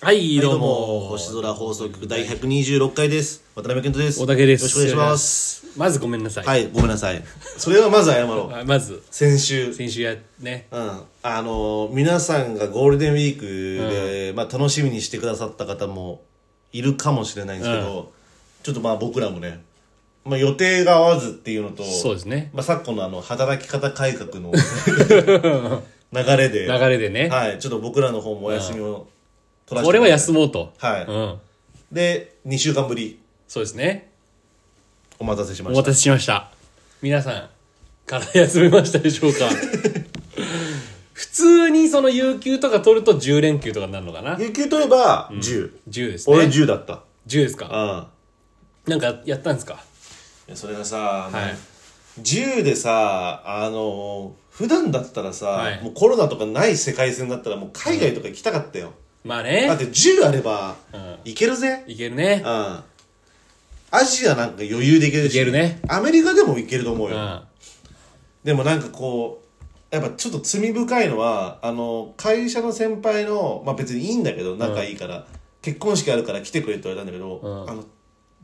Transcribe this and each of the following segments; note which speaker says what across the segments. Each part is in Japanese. Speaker 1: はい、
Speaker 2: ど
Speaker 1: ど
Speaker 2: う
Speaker 1: う
Speaker 2: も
Speaker 1: も。
Speaker 2: 星空放送局第126回です渡辺健人です
Speaker 1: 大竹です
Speaker 2: よろしくお願いします
Speaker 1: まずごめんなさい。
Speaker 2: はいごめんなさいそれはまず謝ろう
Speaker 1: あまず、
Speaker 2: 先週
Speaker 1: 先週や、ね。
Speaker 2: うん、あの皆さんがゴールデンウィークで、まあ、楽しみにしてくださった方もいるかもしれないんですけど、ちょっとまあ僕らもね、まあ、予定が合わずっていうのと
Speaker 1: そうですね
Speaker 2: まあ、昨今のあの働き方改革 の流れで
Speaker 1: 流れでね。
Speaker 2: はい、ちょっと僕らの方もお休みを取らせて
Speaker 1: 俺は休もうと。
Speaker 2: はい
Speaker 1: うん。
Speaker 2: で2週間ぶり
Speaker 1: そうですね。
Speaker 2: お待たせしま
Speaker 1: お
Speaker 2: した
Speaker 1: 待たせしました。皆さん、体休めましたでしょう か普通にその有給とか取ると10連休とかになるのかな
Speaker 2: 有給取れば10、
Speaker 1: ?10 ですね。
Speaker 2: 俺。10だった
Speaker 1: ですか
Speaker 2: うん
Speaker 1: なんかやったんですか
Speaker 2: いやそれが
Speaker 1: は
Speaker 2: さ、
Speaker 1: い
Speaker 2: 銃でさあの普段だったらさ、
Speaker 1: はい
Speaker 2: もうコロナとかない世界線だったらもう海外とか行きたかったよ、
Speaker 1: まあ
Speaker 2: だっ
Speaker 1: ね。
Speaker 2: て銃あれば
Speaker 1: ん
Speaker 2: 行けるぜ
Speaker 1: いけるね
Speaker 2: うん。アジアなんか余裕で行けるし
Speaker 1: 行けるね
Speaker 2: アメリカでも行けると思う
Speaker 1: う
Speaker 2: よ、
Speaker 1: ん。
Speaker 2: でもなんかこうやっぱちょっと罪深いのはあの会社の先輩のまあ別にいいんだけど仲いいから、結婚式あるから来てくれって言われたんだけど、あの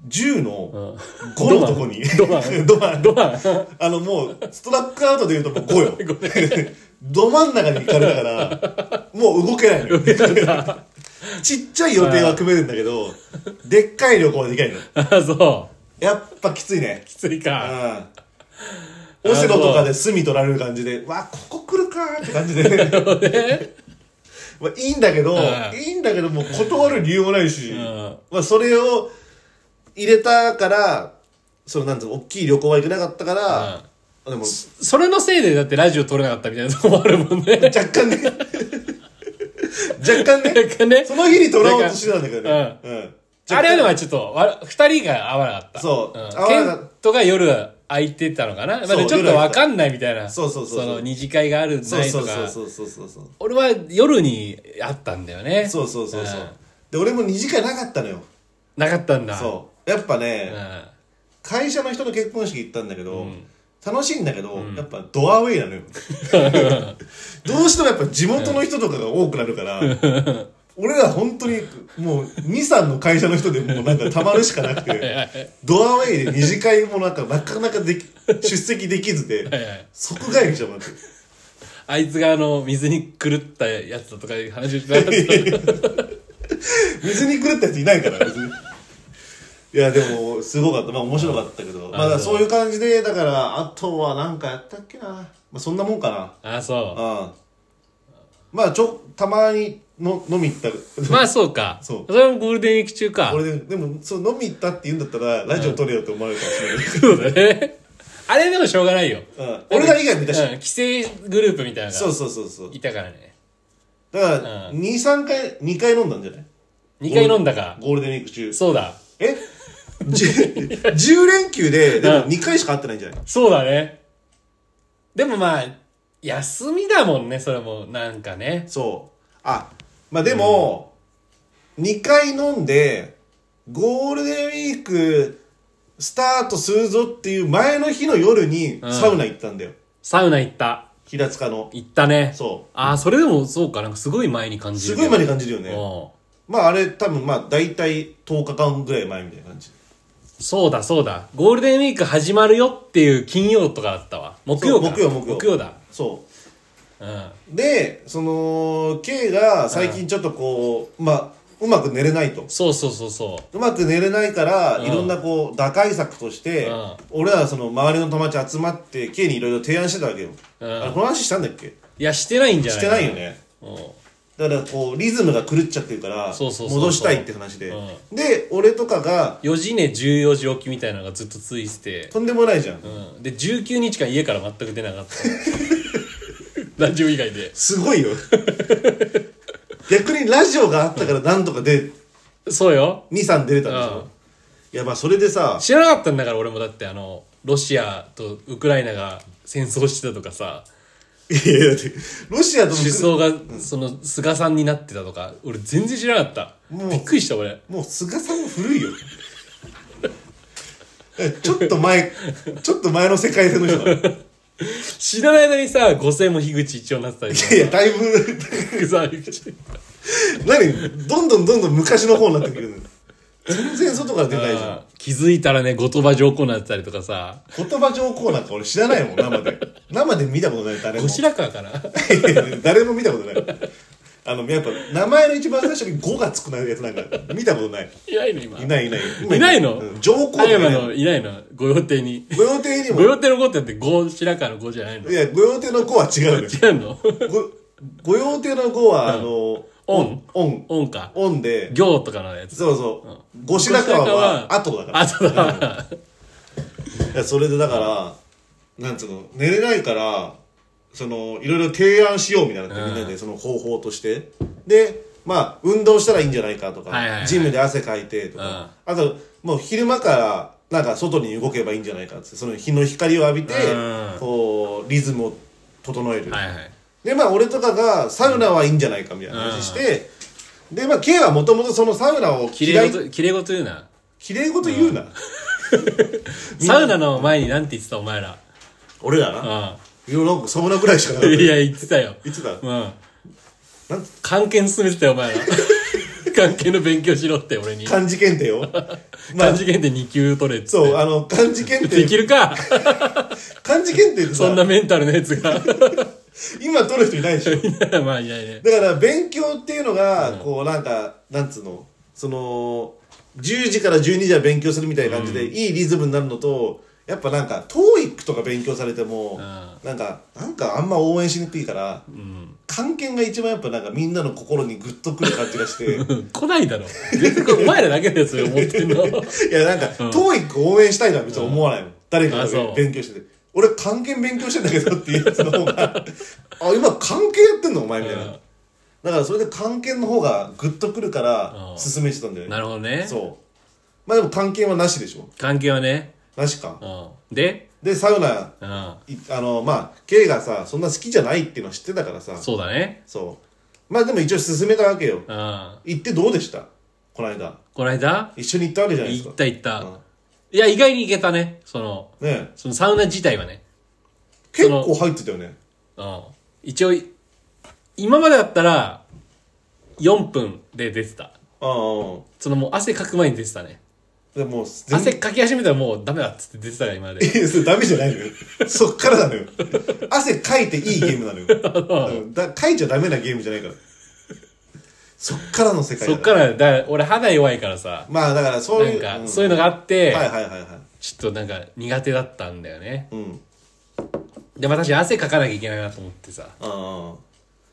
Speaker 2: 銃の5のとこに、
Speaker 1: ドマン
Speaker 2: ドマン
Speaker 1: ドア、
Speaker 2: あのもうストラックアウトで言うともう5よ ど真ん中に行かれたからもう動けないのよ ちっちゃい予定は組めるんだけどでっかい旅行はできないの
Speaker 1: あ、 そう。
Speaker 2: やっぱきついね
Speaker 1: きついうか。
Speaker 2: んオセロとかで隅取られる感じでわここ来るかーって感じで まあいいんだけど
Speaker 1: ん
Speaker 2: いいんだけどもう断る理由もないし
Speaker 1: ん
Speaker 2: まあそれを入れたからそのなんつうの大きい旅行は行けなかったからでも
Speaker 1: それのせいでだってラジオ撮れなかったみたいなとこもあるもんね。
Speaker 2: 若干ね 若干ね
Speaker 1: 若干ね
Speaker 2: その日に取ろうとしてたんだけどねうん
Speaker 1: あれはでもちょっと、わ二人が合わなかった。
Speaker 2: そうん合わなかっ
Speaker 1: ケ
Speaker 2: た
Speaker 1: ントが夜空いてたのかなまあ
Speaker 2: そう
Speaker 1: ちょっとわかんないみたいな。
Speaker 2: そうそうそうそう
Speaker 1: の二次会がある
Speaker 2: そう
Speaker 1: ない
Speaker 2: そ
Speaker 1: と
Speaker 2: う
Speaker 1: か。
Speaker 2: そうそうそうそう
Speaker 1: 俺は夜にあったんだよね。
Speaker 2: そうそうそうそうんで俺も2時間なかったのよ
Speaker 1: なかったんだ。
Speaker 2: そうやっぱね、
Speaker 1: うん。
Speaker 2: 会社の人の結婚式行ったんだけど、楽しいんだけど、やっぱドアウェイなのよどうしてもやっぱ地元の人とかが多くなるから、俺ら本当にもう23の会社の人でもうなんかたまるしかなくてドアウェイで二次会もなんかなかなかでき出席できず
Speaker 1: はい
Speaker 2: で
Speaker 1: はい
Speaker 2: 即帰りしてもらって
Speaker 1: あいつがあの、水に狂ったやつだとかいう話をしてな かった。
Speaker 2: 水に狂ったやついないから別にいやでもすごかったまあ面白かったけどまあそういう感じでだからあとはなんかやったっけな、まあ、そんなもんかな
Speaker 1: あ、そ
Speaker 2: ああまあちょたまにの飲み行った
Speaker 1: う。まあそうか。
Speaker 2: そう
Speaker 1: れもゴールデンウィーク中か。
Speaker 2: 俺ででもそう飲み行ったって言うんだったらラジオ撮れよって思われるかもしれない、
Speaker 1: そうだね。 あれでもしょうがないよ。
Speaker 2: うん俺ら以外見たし、
Speaker 1: うん、帰省グループみたいなの
Speaker 2: そう
Speaker 1: が
Speaker 2: そうそうそう
Speaker 1: いたからね。
Speaker 2: だから、
Speaker 1: うん
Speaker 2: 23回2回飲んだんじゃない
Speaker 1: 2回飲んだか。
Speaker 2: ゴールデンウィーク中
Speaker 1: そうだ。
Speaker 2: え じ10連休ででも2回しか会ってないんじゃない
Speaker 1: そうだね。でもまあ、休みだもんね、それも、なんかね。
Speaker 2: そうあまあでも、2回飲んでゴールデンウィークスタートするぞっていう前の日の夜に
Speaker 1: ん
Speaker 2: サウナ行ったんだよ、
Speaker 1: サウナ行った。
Speaker 2: 平塚の
Speaker 1: 行ったね。。
Speaker 2: そう
Speaker 1: ああ、それでもそうか、なんかすごい前に感
Speaker 2: う
Speaker 1: じ
Speaker 2: す
Speaker 1: る。
Speaker 2: ごい前に
Speaker 1: 感
Speaker 2: 感じるよ
Speaker 1: じ
Speaker 2: ね、
Speaker 1: ね。
Speaker 2: まああれ多分まあ大体10日間ぐらい前みたいな感じ
Speaker 1: そうだ、そうだ。ゴールデンウィーク始まるよっていう金曜とかだったわ。木曜
Speaker 2: そ
Speaker 1: か。
Speaker 2: う木曜木曜
Speaker 1: 木曜だ。
Speaker 2: そ
Speaker 1: うん。
Speaker 2: うでその K が最近ちょっとこう、まあうまく寝れないと
Speaker 1: そうそうそうそう
Speaker 2: まく寝れないから、
Speaker 1: うん
Speaker 2: いろんなこう打開策として、
Speaker 1: うん
Speaker 2: 俺らはその周りの友達集まって K にいろいろ提案してたわけよ、
Speaker 1: うん
Speaker 2: あれこの話したんだっけ
Speaker 1: う。いや、してないんじゃな
Speaker 2: し
Speaker 1: い
Speaker 2: てないよ。ね
Speaker 1: うん。
Speaker 2: だからこうリズムが狂っちゃってるから
Speaker 1: そうそうそうそう
Speaker 2: 戻したいって話で、
Speaker 1: う
Speaker 2: で俺とかが
Speaker 1: 4時ね、14時起きみたいなのがずっとついてて。
Speaker 2: とんでもないじゃん、
Speaker 1: うん。で、19日間家から全く出なか った。ラジオ以外で。
Speaker 2: すごいよ 逆にラジオがあったからなんとかで
Speaker 1: そうよ。
Speaker 2: 23出れたんでしょ、
Speaker 1: うん
Speaker 2: いやまあそれでさ
Speaker 1: 知らなかったんだから俺もだってあのロシアとウクライナが戦争してたとかさ
Speaker 2: いやいやだってロシアとの
Speaker 1: 首相がその菅さんになってたとか俺全然知らなかった
Speaker 2: もう
Speaker 1: びっくりした俺
Speaker 2: もう菅さんも古いよ えちょっと前ちょっと前の世界線の 人だい
Speaker 1: 知らない間にさ五千も樋口一応になってたりとか
Speaker 2: やだいぶ
Speaker 1: 福沢諭吉
Speaker 2: 何どんどんどんどん昔の方になってくる全然外から出ないじゃん
Speaker 1: あー気づいたらね、言葉上皇になってたりとかさ、
Speaker 2: 言葉上皇なんか俺知らないもん生で生で見たことない誰も
Speaker 1: 後白河かな
Speaker 2: 誰も見たことないあのやっぱ名前の一番最初に「5」がつくやつなんか見たことない
Speaker 1: いないの今。
Speaker 2: いないいない 今
Speaker 1: いないの
Speaker 2: うん上皇と
Speaker 1: 葉
Speaker 2: かい
Speaker 1: 山
Speaker 2: ない
Speaker 1: のいないの御用邸に。
Speaker 2: 御用邸に
Speaker 1: 御
Speaker 2: も
Speaker 1: 用邸の子ってだって後白河の子じゃないの
Speaker 2: いや御用邸の「5」は違うのよ
Speaker 1: 違うの
Speaker 2: ご御用邸の「5」はあの
Speaker 1: オ
Speaker 2: オ
Speaker 1: ン
Speaker 2: ンオン
Speaker 1: オンか。
Speaker 2: オンで
Speaker 1: 行とかのやつ。
Speaker 2: そうそう後白河は後だから
Speaker 1: あとだ。
Speaker 2: いやそれでだからなんつうの寝れないからそのいろいろ提案しようみたいになってみんなでその方法としてでまあ運動したらいいんじゃないかとか、
Speaker 1: はいはいはい
Speaker 2: ジムで汗かいてとか、あともう昼間からなんか外に動けばいいんじゃないかっつってその日の光を浴びて、
Speaker 1: うん
Speaker 2: こうリズムを整える、
Speaker 1: はいはい。
Speaker 2: でまあ俺とかがサウナはいいんじゃないかみたいな話して、でまあ K はもともとそのサウナを
Speaker 1: き
Speaker 2: 嫌
Speaker 1: れい
Speaker 2: い
Speaker 1: ごと、きれいごと言うな。
Speaker 2: きれいごと言うな、
Speaker 1: サウナの前になんて言ってたお前ら。
Speaker 2: 俺らな、
Speaker 1: う
Speaker 2: いやなんかサウナぐらいしかなかっ
Speaker 1: ん。
Speaker 2: た
Speaker 1: いや、言ってたよ。
Speaker 2: いつだ
Speaker 1: うん。
Speaker 2: なんつ
Speaker 1: 関係進めてたよ、お前 ら。関係の勉強しろって、俺に。
Speaker 2: 漢字検定 をま
Speaker 1: 漢
Speaker 2: あ
Speaker 1: 字検定2級取れっつっ
Speaker 2: そうあの漢字検
Speaker 1: て。で
Speaker 2: 定
Speaker 1: きるか
Speaker 2: 漢字検定って
Speaker 1: そん
Speaker 2: さ
Speaker 1: なメンタルのやつが。
Speaker 2: 今取る人いないでしょ
Speaker 1: まあ、いないね。
Speaker 2: だから勉強っていうのがこうなんかなんつうのその10時から12時は勉強するみたいな感じでいいリズムになるのとやっぱなんか TOEIC とか勉強されて
Speaker 1: ん
Speaker 2: もなんかなんかあんま応援しにくいから関係が一番やっぱなんかみんなの心にグッとくる感じがして
Speaker 1: うん来ないだろ。別にお前らだけのやつ思ってんの。
Speaker 2: いやなんか、トーイック応援したいのは別に思わないもん。誰かが
Speaker 1: あそう
Speaker 2: 勉強してて。俺、漢検勉強してんだけどっていうやつの方が、あ、今、漢検やってんのお前みたいな。
Speaker 1: うん
Speaker 2: だから、それで漢検の方がグッとくるから
Speaker 1: う、ん
Speaker 2: 勧めてたんだよね。
Speaker 1: なるほどね。
Speaker 2: そう。まあでも、漢検はなしでしょ
Speaker 1: 関係はね。
Speaker 2: なしか
Speaker 1: う。ん。で、
Speaker 2: で、サウナ、
Speaker 1: うん。
Speaker 2: いあの、まあ、K がさ、そんな好きじゃないっていうのは知ってたからさ、
Speaker 1: そうだね。
Speaker 2: そう。まあでも一応勧めたわけよ。
Speaker 1: うん。
Speaker 2: 行ってどうでしたこの間。
Speaker 1: この間
Speaker 2: 一緒に行ったわけじゃないです
Speaker 1: 行っ。
Speaker 2: か
Speaker 1: た行った、
Speaker 2: うん
Speaker 1: いや、意外に行けたね。その、
Speaker 2: ねえ
Speaker 1: そのサウナ自体はね。
Speaker 2: 結構入ってたよね。
Speaker 1: うん。一応、今までだったら、4分で出てた。
Speaker 2: ああ。
Speaker 1: そのもう汗かく前に出てたね。
Speaker 2: でもう全
Speaker 1: 汗
Speaker 2: 然
Speaker 1: かき始めたらもうダメだっつって出てたから今まで。
Speaker 2: い やそれダメじゃないのよそっからなのよ汗かいていいゲー ムなのようんだかいちゃダメなゲームじゃないからそっからの世界
Speaker 1: そ
Speaker 2: だ
Speaker 1: っから、だから俺肌弱いからさ、
Speaker 2: まあだからそう
Speaker 1: ないん
Speaker 2: う
Speaker 1: か、
Speaker 2: ん
Speaker 1: そういうのがあって、
Speaker 2: はいはいはいはい
Speaker 1: ちょっとなんか苦手だったんだよね。
Speaker 2: うん
Speaker 1: で、私汗かかなきゃいけないなと思ってさ。
Speaker 2: あ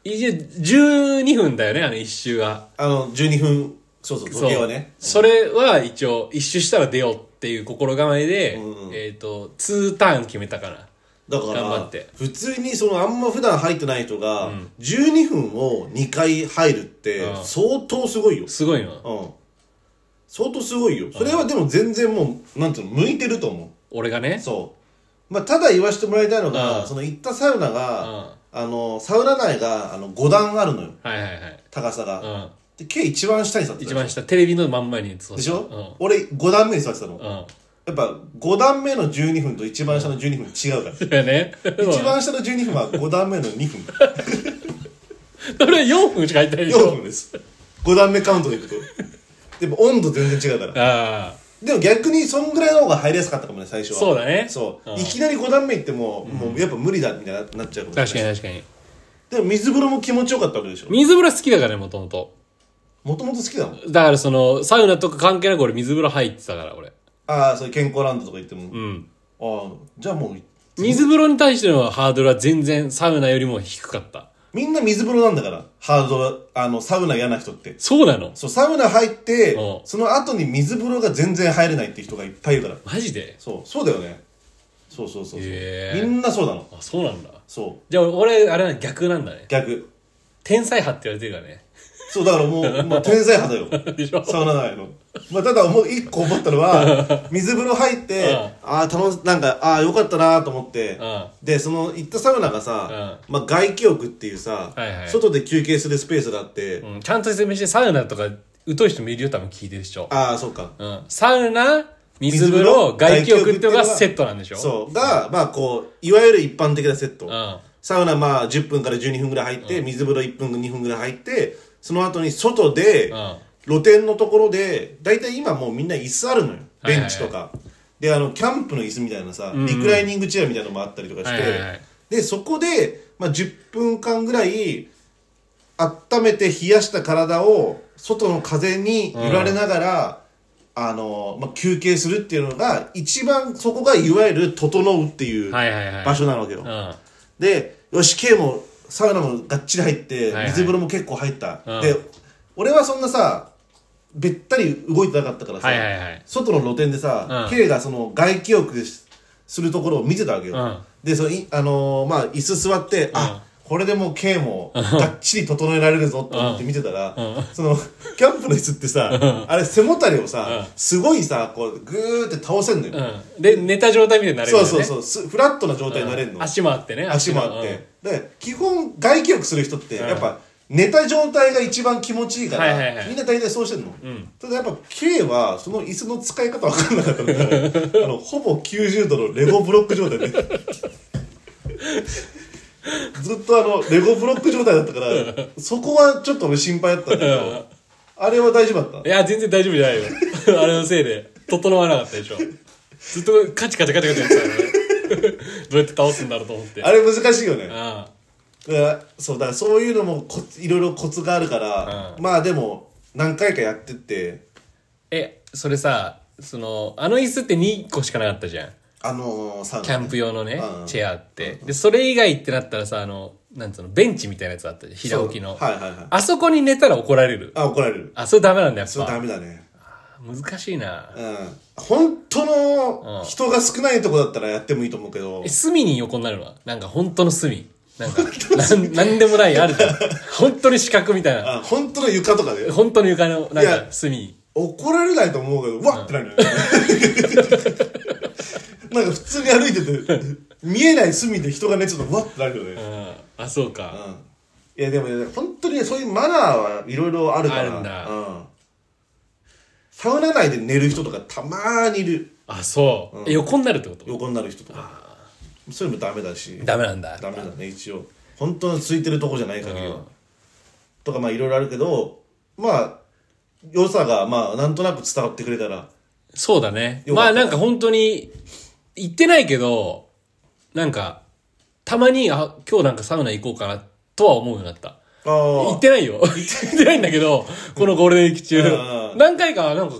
Speaker 1: 一応12分だよね、あの一周は。
Speaker 2: ああの12分そうそう時計はね
Speaker 1: そうそれは一応一周したら出ようっていう心構えで、えっ、と2ターン決めたから
Speaker 2: だか
Speaker 1: 頑張っ
Speaker 2: ら
Speaker 1: て
Speaker 2: 普通にそのあんま普段入ってない人が12分を2回入るって
Speaker 1: うん
Speaker 2: 相当すごいよ
Speaker 1: すごいの
Speaker 2: うん相当すごいよそれはでも全然もうなんていうの向いてると思う
Speaker 1: 俺がね
Speaker 2: そう、まあ、ただ言わせてもらいたいのが、
Speaker 1: うん
Speaker 2: その行ったサウナ
Speaker 1: うん
Speaker 2: が、あのサウナ内があの5段あるのよ
Speaker 1: はいはいはい
Speaker 2: 高さが、
Speaker 1: うん
Speaker 2: で計一番下に座ってた
Speaker 1: 一番下テレビの真ん前にそう
Speaker 2: でしょ、俺5段目に座ってたの、
Speaker 1: うんうん
Speaker 2: やっぱ5段目の12分と一番下の12分違うから、
Speaker 1: だよね
Speaker 2: 一番下の12分は5段目の2分
Speaker 1: それ4分しか入ってないでし
Speaker 2: 4
Speaker 1: ょ
Speaker 2: 分です5段目カウントでいくとでも温度全然違うから
Speaker 1: あ
Speaker 2: でも逆にそんぐらいの方が入りやすかったかもね最初は
Speaker 1: そうだね
Speaker 2: そう、
Speaker 1: うん
Speaker 2: いきなり5段目行っても、もうやっぱ無理だみたいななっちゃうかも
Speaker 1: あ
Speaker 2: しれない
Speaker 1: 確かに確かに
Speaker 2: でも水風呂も気持ちよかったわけでしょ
Speaker 1: 水風呂好きだからねもともと
Speaker 2: もともと好きだもん
Speaker 1: だからそのサウナとか関係なく俺水風呂入ってたから俺
Speaker 2: ああそういう健康ランドとか行っても、
Speaker 1: うん
Speaker 2: ああじゃあもう
Speaker 1: 水風呂に対してのハードルは全然サウナよりも低かった
Speaker 2: みんな水風呂なんだからハードルあのサウナ嫌な人って
Speaker 1: そうなの
Speaker 2: そうサウナ入って、
Speaker 1: うん
Speaker 2: その後に水風呂が全然入れないって人がいっぱいいるから
Speaker 1: マジで
Speaker 2: そうそうだよねそうそうそうそう、
Speaker 1: へえ
Speaker 2: みんなそうなの
Speaker 1: あそうなんだ
Speaker 2: そう
Speaker 1: じゃあ俺あれなん逆なんだね
Speaker 2: 逆
Speaker 1: 天才派って言われてるからね
Speaker 2: そうだからもうもう天才派だよ
Speaker 1: でしょ
Speaker 2: サウナ内の、まあ、ただもう一個思った のは水風呂入って、
Speaker 1: うん
Speaker 2: ああ楽しなんかああよかったなと思って、
Speaker 1: うん
Speaker 2: でその行ったサウナがさ、まあ、外気浴っていうさ、
Speaker 1: はいはい
Speaker 2: 外で休憩するスペースがあって、
Speaker 1: うんちゃんと説明してサウナとか疎い人もいるよ多分聞いてるでしょ
Speaker 2: ああそうか
Speaker 1: うんサウナ水風呂外気浴っていうのがセットなんでしょ
Speaker 2: そうが、まあこういわゆる一般的なセット、
Speaker 1: うん
Speaker 2: サウナまあ10分から12分ぐらい入って、水風呂1分2分ぐらい入ってその後に外で、
Speaker 1: うん
Speaker 2: 露店のところで大体今もうみんな椅子あるのよベンチとか、であのキャンプの椅子みたいなさ、リクライニングチェアみたいなのもあったりとかして、
Speaker 1: はいはいはい
Speaker 2: でそこで、まあ、10分間ぐらい温めて冷やした体を外の風に揺られながら、あのまあ、休憩するっていうのが一番そこがいわゆる「整う」っていう
Speaker 1: はいはいはい
Speaker 2: 場所なわけよ、
Speaker 1: うん
Speaker 2: でよし K もサウナもがっちり入って、
Speaker 1: はいはい
Speaker 2: 水風呂も結構入った、
Speaker 1: うん
Speaker 2: で俺はそんなさべったり動いてなかったからさ、
Speaker 1: はいはいはい
Speaker 2: 外の露店でさ、
Speaker 1: うん
Speaker 2: K がその外気浴しするところを見てたわけよ、
Speaker 1: うん
Speaker 2: でそのいあのーまあ椅子座って、あこれでもう K もがっちり整えられるぞと思って見てたら、そのキャンプの椅子ってさ、あれ背もたれをさ、すごいさこうグーって倒せんのよ、
Speaker 1: うんで寝た状態みたいになれる
Speaker 2: そ
Speaker 1: よ
Speaker 2: う
Speaker 1: ね
Speaker 2: そうそうすフラットな状態になれるの、
Speaker 1: 足もあってね
Speaker 2: 足もあって、で基本外気浴する人ってやっぱ寝た状態が一番気持ちいいから、
Speaker 1: はいはいはい
Speaker 2: みんな大体そうしてんの、ただやっぱ K はその椅子の使い方分かんなかったん だからあのほぼ90度のレゴブロック状態でずっとあのレゴブロック状態だったからそこはちょっと俺心配だったんだけどあれは大丈夫だっ
Speaker 1: いや全然大丈夫じゃないよ あれのせいで整わなかったでしょずっとカチカチカチカチやってたからね どうやって倒すんだろうと思って
Speaker 2: たあれ難しいよね
Speaker 1: あ
Speaker 2: だからそうだからそういうのもコツいろいろコツがあるから、
Speaker 1: う
Speaker 2: まあでも何回かやってって
Speaker 1: えそれさそのあの椅子って2個しかなかったじゃん
Speaker 2: あのー、サウナ
Speaker 1: キャンプ用のね
Speaker 2: うん
Speaker 1: チェアってでそれ以外ってなったらさあのなんつうのベンチみたいなやつあったじゃん平置きの
Speaker 2: そうはいはいはい
Speaker 1: あそこに寝たら怒られる
Speaker 2: あ怒られる
Speaker 1: あそれダメなんだやっ
Speaker 2: それダ
Speaker 1: ぱ
Speaker 2: メだね
Speaker 1: 難しいな
Speaker 2: うん本当
Speaker 1: う
Speaker 2: の
Speaker 1: ん
Speaker 2: 人が少ないとこだったらやってもいいと思うけど
Speaker 1: え、隅に横になるのはなんか本当の隅。なんか、なんなんでもないあるじゃん。本当に四角みたいな。
Speaker 2: あ本当の床とかで
Speaker 1: 本当に床の、ないん
Speaker 2: や
Speaker 1: か隅。
Speaker 2: 怒られないと思うけどうわっってなるよね なんか普通に歩いてて見えない隅で人が寝てたらうわってなるよね、
Speaker 1: うんあ、そう
Speaker 2: う
Speaker 1: か。
Speaker 2: んいやでもね本当にねそういうマナーはいろいろあるから
Speaker 1: あるんだ
Speaker 2: うん、サウナ内で寝る人とかたまーにいる
Speaker 1: あ、そう。え横になるってこと
Speaker 2: 横になる人とかそれもダメだし
Speaker 1: ダメなんだ。
Speaker 2: ダメだね一応本当に空いてるとこじゃない限りは、とかまあいろいろあるけどまあ良さがまあなんとなく伝わってくれたら
Speaker 1: そうだね。
Speaker 2: よかっ
Speaker 1: ま
Speaker 2: た
Speaker 1: あなんか本当に、行ってないけど、なんか、たまに、あ、今日なんかサウナ行こうかな、とは思うようになった。
Speaker 2: ああ
Speaker 1: 行ってない よ。行ってないんだけど、このゴールデンウィーク中
Speaker 2: うんうん。
Speaker 1: 何回か、なんか、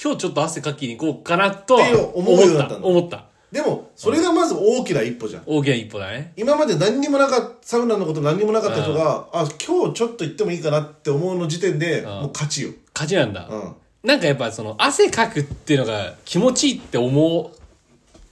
Speaker 1: 今日ちょっと汗かきに行こうかな、とは
Speaker 2: っていう思うようになったんだ
Speaker 1: 思った。
Speaker 2: でもそれがまず大きな一歩じゃん
Speaker 1: 大きな一歩だね。
Speaker 2: 今まで何にもなかったサウナのこと何にもなかった人があ今日ちょっと行ってもいいかなって思うの時点でもう勝ちよ
Speaker 1: 勝ちなんだ。
Speaker 2: うん
Speaker 1: なんかやっぱその汗かくっていうのが気持ちいいって思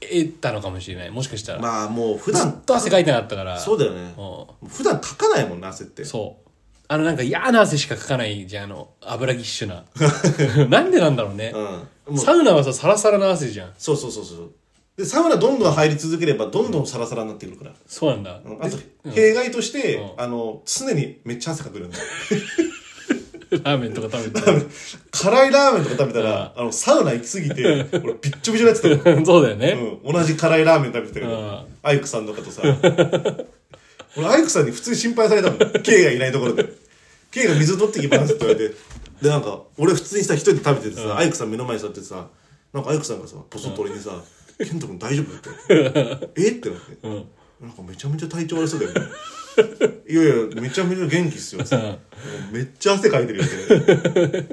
Speaker 1: えたのかもしれない。もしかしたら。
Speaker 2: まあもう普
Speaker 1: ずっ
Speaker 2: 段
Speaker 1: と汗かいてなかったから。
Speaker 2: そうだよね
Speaker 1: う
Speaker 2: 普段かかないもんな汗って
Speaker 1: んそう。あのなんか嫌な汗しかかかないじゃん、あの、油ぎっしゅな。 なんでなんだろうね
Speaker 2: う。んもう
Speaker 1: サウナはさ、サラサラな汗じゃん。
Speaker 2: そうそうそうそうでサウナどんどん入り続ければどんどんサラサラになってくるから
Speaker 1: そうなんだ。
Speaker 2: あと、弊害として、あの、常にめっちゃ汗かくんだよ
Speaker 1: ラーメンとか食べて。
Speaker 2: 辛いラーメンとか食べたら、あの、サウナ行き過ぎて、俺、びっちょびちょになってたよ。
Speaker 1: そうだよね。
Speaker 2: うん、同じ辛いラーメン食べてたけ
Speaker 1: う
Speaker 2: ど
Speaker 1: ん、
Speaker 2: アイクさんとかとさ、 俺、アイクさんに普通に心配されたもん。K がいないところで。K が水取ってきますって言われて。で、なんか、俺普通にさ、一人で食べててさ、アイクさん目の前に座っててさ、なんかアイクさんがさ、ポソッと俺にさ、ケント君大丈夫 って。えってなって。なんかめちゃめちゃ体調悪そうだよね。いやいや、めちゃめちゃ元気っすよ。めっちゃ汗かいてるよね。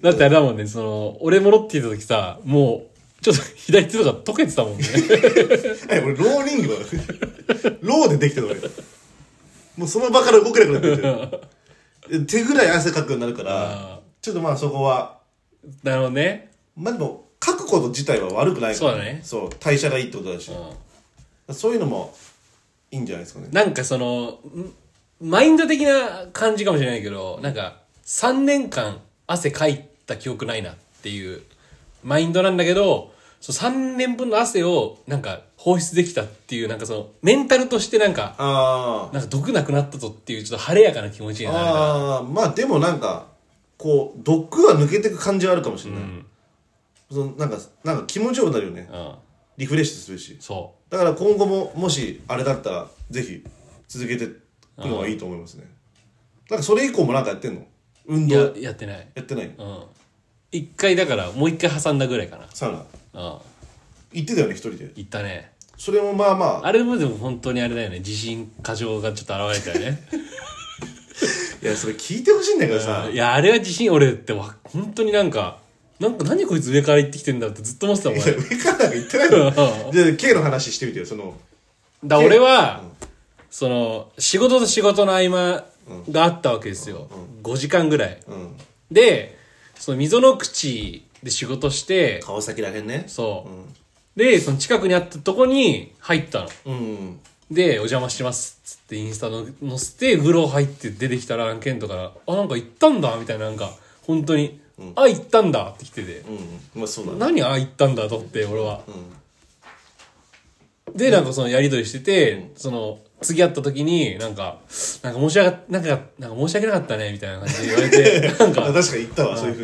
Speaker 1: だってあれだもんね、その、俺戻っていた時さ、もう、ちょっと左手とか溶けてたもんね。
Speaker 2: え、俺、ローリングだ。ローでできてる俺。もうその場から動けなくなって る。手ぐらい汗かくようになるから
Speaker 1: あ、
Speaker 2: ちょっとまあそこは、
Speaker 1: なるほどね。
Speaker 2: まあでも、書くこと自体は悪くないから
Speaker 1: そうだね
Speaker 2: そう、代謝がいいってことだし。そういうのも、いいんじゃないですかね。
Speaker 1: なんかその、んマインド的な感じかもしれないけど、なんか、3年間汗かいた記憶ないなっていう、マインドなんだけど、そ3年分の汗を、なんか、放出できたっていう、なんかその、メンタルとしてなんか、
Speaker 2: あ
Speaker 1: なんか毒なくなったぞっていう、ちょっと晴れやかな気持ちに
Speaker 2: あ。
Speaker 1: なるな。
Speaker 2: ああ、まあでもなんか、こう、毒が抜けてく感じはあるかもしれない。そのなんか、なんか気持ちよくなるよね。
Speaker 1: うん。
Speaker 2: リフレッシュするし。
Speaker 1: そ
Speaker 2: だから今後ももしあれだったらぜひ続けていくのはいいと思いますね
Speaker 1: う。
Speaker 2: なんかそれ以降もなんかやってんの運
Speaker 1: い
Speaker 2: 動
Speaker 1: や
Speaker 2: や
Speaker 1: やってない
Speaker 2: ってない
Speaker 1: うん一回だからもう一回挟んだぐらいかな
Speaker 2: サウナ
Speaker 1: うん
Speaker 2: 行ってたよね一人で
Speaker 1: 行ったね
Speaker 2: それもまあまあ
Speaker 1: あれもでも本当にあれだよね自信過剰がちょっと現れたよね
Speaker 2: いやそれ聞いてほしいんだけどさ
Speaker 1: いやあれは自信俺ってわ本当になんかなんか何こいつ上から行ってきてんだろうってずっと思ってたもん
Speaker 2: いや
Speaker 1: 俺
Speaker 2: 上からなんか言ってな いの
Speaker 1: うん
Speaker 2: じゃあ K の話してみてよその
Speaker 1: だ俺は、その仕事と仕事の合間があったわけですよ、5時間ぐらい
Speaker 2: うん
Speaker 1: でその溝の口で仕事して
Speaker 2: 川崎らへんね
Speaker 1: そう、でその近くにあったとこに入ったの
Speaker 2: うん
Speaker 1: で、お邪魔してますっつってインスタの載せて、風呂入って出てきたら、ケントから、あ、なんか行ったんだみたいな、なんか、本当に、あ、行ったんだって来てて、
Speaker 2: うんまあそうだね
Speaker 1: 何あ、行ったんだと思って、俺は。で、なんかそのやりとりしてて、その、次会った時に、なんか、なんか申し訳な、なんか、なんか申し訳なかったね、みたいな感じで言われ て、なん
Speaker 2: あ
Speaker 1: か、
Speaker 2: 確かに言ったわそういう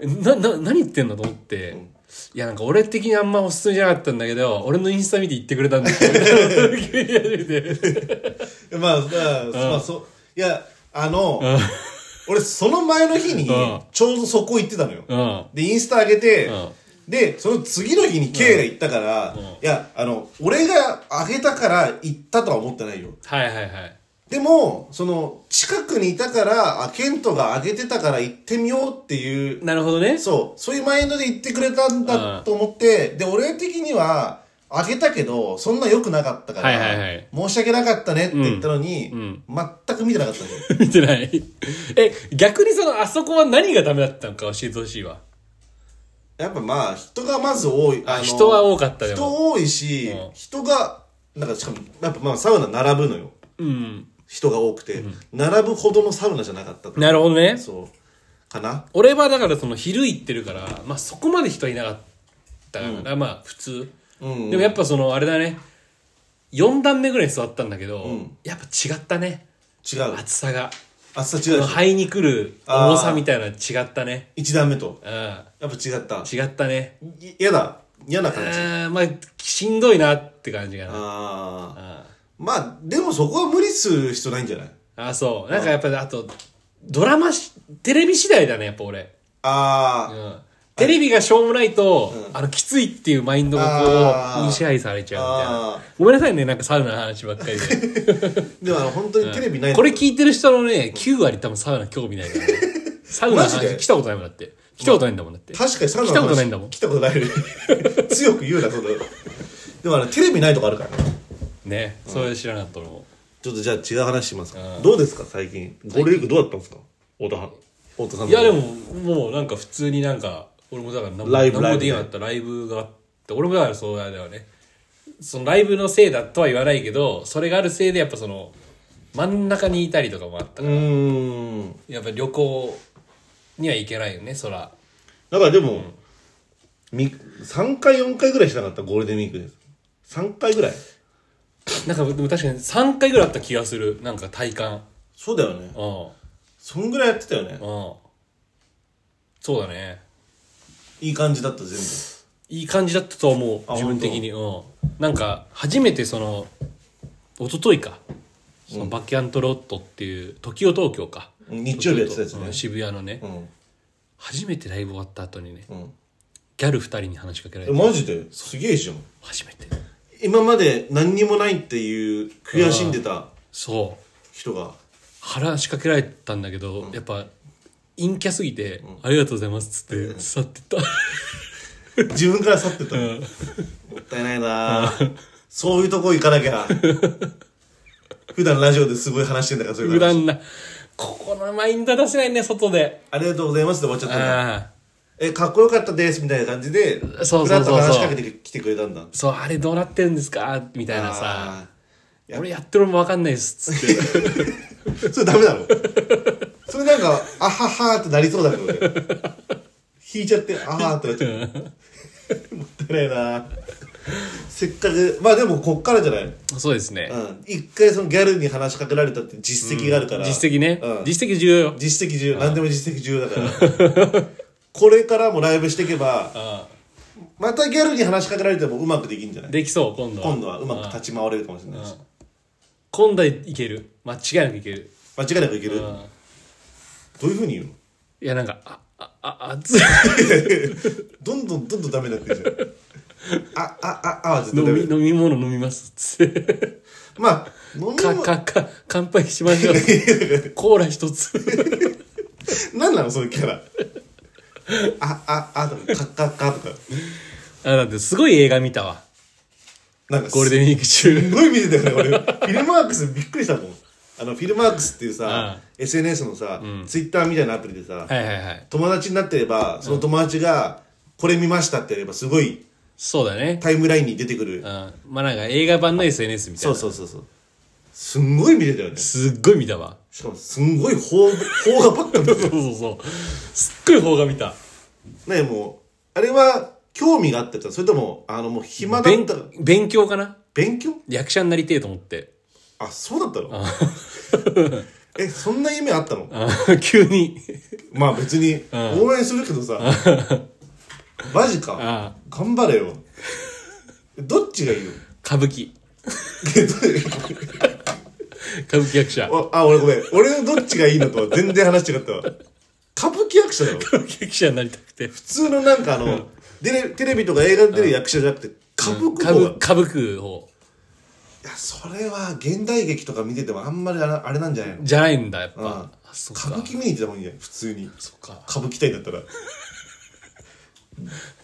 Speaker 2: ふうに
Speaker 1: な、な、何言ってんだと思って、いや、なんか俺的にあんまおすすめじゃなかったんだけど、俺のインスタ見て言ってくれたんだけど、急に言い始め て
Speaker 2: まあ、まあ、まあ、そう、いや、あの、俺、その前の日に
Speaker 1: うん、
Speaker 2: ちょうどそこ行ってたのよ。
Speaker 1: うん。
Speaker 2: で、インスタ上げて
Speaker 1: うん、
Speaker 2: で、その次の日に K が行ったから、いや、あの、俺が上げたから行ったとは思ってないよ。
Speaker 1: はいはいはい。
Speaker 2: でも、その、近くにいたから、あ、ケントが上げてたから行ってみようっていう、
Speaker 1: なるほどね。
Speaker 2: そう、そういうマインドで言ってくれたん
Speaker 1: う
Speaker 2: だ
Speaker 1: ん
Speaker 2: と思って、で、俺的には、あげたけど、そんな良くなかったから、
Speaker 1: はいはいはい
Speaker 2: 申し訳なかったねって言ったのに、
Speaker 1: ん
Speaker 2: 全く見てなかったんだよ。
Speaker 1: 見てない。え、逆にその、あそこは何がダメだったのか教えてほしいわ。
Speaker 2: やっぱまあ、人がまず多い。あの
Speaker 1: 人は多かったでも
Speaker 2: 人多いし、
Speaker 1: うん
Speaker 2: 人が、なんかしかも、やっぱまあ、サウナ並ぶのよ。
Speaker 1: うん。
Speaker 2: 人が多くて、並ぶほどのサウナじゃなかったと
Speaker 1: なるほどね。
Speaker 2: そう。かな
Speaker 1: 俺はだからその、昼行ってるから、まあそこまで人いなかったから、まあ普通。
Speaker 2: うん
Speaker 1: でもやっぱその、あれだね。4段目ぐらいに座ったんだけど、
Speaker 2: ん
Speaker 1: やっぱ違ったね。
Speaker 2: 違う。
Speaker 1: 厚さが。
Speaker 2: 暑さ違うでしょ。
Speaker 1: 肺に来る重さみたいなの違ったね。
Speaker 2: 一段目と。
Speaker 1: うん。
Speaker 2: やっぱ違った。
Speaker 1: 違ったね。
Speaker 2: い嫌だ。嫌な
Speaker 1: う
Speaker 2: 感じ。
Speaker 1: ん、まあ、しんどいなって感じかな。
Speaker 2: ああ。
Speaker 1: うん
Speaker 2: まあ、でもそこは無理する必要ないんじゃない
Speaker 1: あそうなんかやっぱりあとドラマしテレビ次第だねやっぱ俺、う
Speaker 2: ああ。
Speaker 1: ん、テレビがしょうもないと、あのきついっていうマインドが
Speaker 2: あ
Speaker 1: こ
Speaker 2: ー
Speaker 1: うに支配されちゃうみたい
Speaker 2: あ
Speaker 1: なごめんなさいねなんかサウナの話ばっかりで
Speaker 2: でもあの、本当にテレビない
Speaker 1: これ聞いてる人のね9割多分サウナ興味 ないから、ね、サウナの
Speaker 2: マジで
Speaker 1: 話来たことないもんだって来たことないんだもんだって
Speaker 2: 確かにサウナ
Speaker 1: 来たことないんだもん
Speaker 2: 来たことない ね強く言うなそうだよでもあのテレビないとこあるからね
Speaker 1: ねそれ知らなかった俺も
Speaker 2: ちょっとじゃあ違う話しますかどうですか最近ゴールデンウィークどうだったんですか太田は太田さん
Speaker 1: い
Speaker 2: の
Speaker 1: やでももうなんか普通になんか俺もだから何も
Speaker 2: ライブ
Speaker 1: 何もできなかったライブがあって俺もだからそうだよねそのライブのせいだとは言わないけどそれがあるせいでやっぱその真ん中にいたりとかもあった
Speaker 2: う
Speaker 1: から、
Speaker 2: ーん
Speaker 1: やっぱ旅行には行けないよねそら
Speaker 2: だからでも、み3回4回ぐらいしなかったゴールデンウィークです3回ぐらい
Speaker 1: なんかでも確かに3回ぐらいあった気がするなんか体感
Speaker 2: そうだよね
Speaker 1: うんうん
Speaker 2: そんぐらいやってたよね
Speaker 1: そうだね
Speaker 2: いい感じだった全部
Speaker 1: いい感じだったと思う
Speaker 2: あ
Speaker 1: 自分的にうんなんか初めてその一昨日かそのバッキャントロットっていう時を東京か
Speaker 2: うん日曜日やってたやつね
Speaker 1: うん渋谷のね、
Speaker 2: うん
Speaker 1: 初めてライブ終わった後にね
Speaker 2: うん
Speaker 1: ギャル二人に話しかけられ
Speaker 2: え
Speaker 1: て
Speaker 2: マジですげえじゃん
Speaker 1: 初めて
Speaker 2: 今まで何にもないっていう悔しんでた
Speaker 1: そう
Speaker 2: 人が
Speaker 1: 話しかけられたんだけど、やっぱ陰キャすぎて、ありがとうございます」っつって去ってった、
Speaker 2: 自分から去ってったのもったいないなぁそういうとこ行かなきゃ普段ラジオですごい話してんだからそうい
Speaker 1: 普
Speaker 2: う話
Speaker 1: 段なここのマインド出せないね外で
Speaker 2: ありがとうございますって終わっちゃったんだ
Speaker 1: ああ
Speaker 2: えかっこよかったですみたいな感じで
Speaker 1: そうそうそうそう
Speaker 2: ふらっと話しかけてきてくれたんだ
Speaker 1: そうあれどうなってるんですかみたいなさ
Speaker 2: あ
Speaker 1: や俺やってるも分かんないっすっつって
Speaker 2: ーそれダメだろそれなんかあははーってなりそうだけどね引いちゃってあはーってなっちゃう もったいないなぁせっかくまあでもこっからじゃない
Speaker 1: そうですね、
Speaker 2: うん一回そのギャルに話しかけられたって実績があるから、
Speaker 1: 実績ね、
Speaker 2: うん
Speaker 1: 実績重要よ
Speaker 2: 実績重要何でも実績重要だからこれからもライブしていけばまたギャルに話しかけられてもうまくできるんじゃない
Speaker 1: できそう今度は
Speaker 2: 今度はうまく立ち回れるかもしれないし
Speaker 1: 今度はいける間違いなくいける
Speaker 2: 間違いなくいける、
Speaker 1: うん
Speaker 2: どういうふうに言うの
Speaker 1: いやなんかあああ熱い
Speaker 2: どんどんどんどんダメになってるじゃんああああは絶
Speaker 1: 飲
Speaker 2: 対
Speaker 1: み
Speaker 2: ダメ
Speaker 1: 飲み物飲みますつって
Speaker 2: まあ飲み
Speaker 1: か
Speaker 2: 物
Speaker 1: かか乾杯しましょ うコーラ一つ
Speaker 2: 何なのそういうキャラあああとかカッカッカとか
Speaker 1: あだってすごい映画見たわ
Speaker 2: なんか
Speaker 1: ゴールデンウィーク中
Speaker 2: すごい見てたよね俺フィルマークスびっくりしたもんあのフィルマークスっていうさ、SNS のさ、ツイッターみたいなアプリでさ、
Speaker 1: はいはいはい
Speaker 2: 友達になってればその友達がこれ見ましたってやればすごい
Speaker 1: そうだね
Speaker 2: タイムラインに出てく
Speaker 1: う
Speaker 2: る、
Speaker 1: んまあなんか映画版の SNS みたい
Speaker 2: そう
Speaker 1: な
Speaker 2: そうそうそうすんごい見てたよね
Speaker 1: すっごい見たわ
Speaker 2: しかもすんごい邦邦画ばっか見てた
Speaker 1: そうそうそうすっごい邦画見た
Speaker 2: ねもうあれは興味があってたそれともあのもう暇だっ
Speaker 1: 勉
Speaker 2: たら
Speaker 1: 勉強かな
Speaker 2: 勉強
Speaker 1: 役者になりてえと思って
Speaker 2: あそうだったの えそんな夢あったの
Speaker 1: あ急に
Speaker 2: まあ別に応援するけど さマジか
Speaker 1: あ
Speaker 2: 頑張れよどっちがいいの
Speaker 1: 歌舞 伎歌舞伎役者
Speaker 2: おあ俺ごめん俺のどっちがいいのとは全然話違ったわ歌舞伎役者だろ
Speaker 1: 歌舞伎役者になりたくて
Speaker 2: 普通のなんかあのテレテレビとか映画に出る役者じゃなくて歌舞伎
Speaker 1: 歌
Speaker 2: の方が
Speaker 1: 舞歌舞伎方
Speaker 2: いやそれは現代劇とか見ててもあんまりあらあれなんじゃないの
Speaker 1: じゃないんだやっぱ
Speaker 2: うん
Speaker 1: あそっ
Speaker 2: 歌
Speaker 1: か
Speaker 2: 舞伎見に行ってたもんじゃない普通に
Speaker 1: そっか
Speaker 2: 歌舞伎隊だったら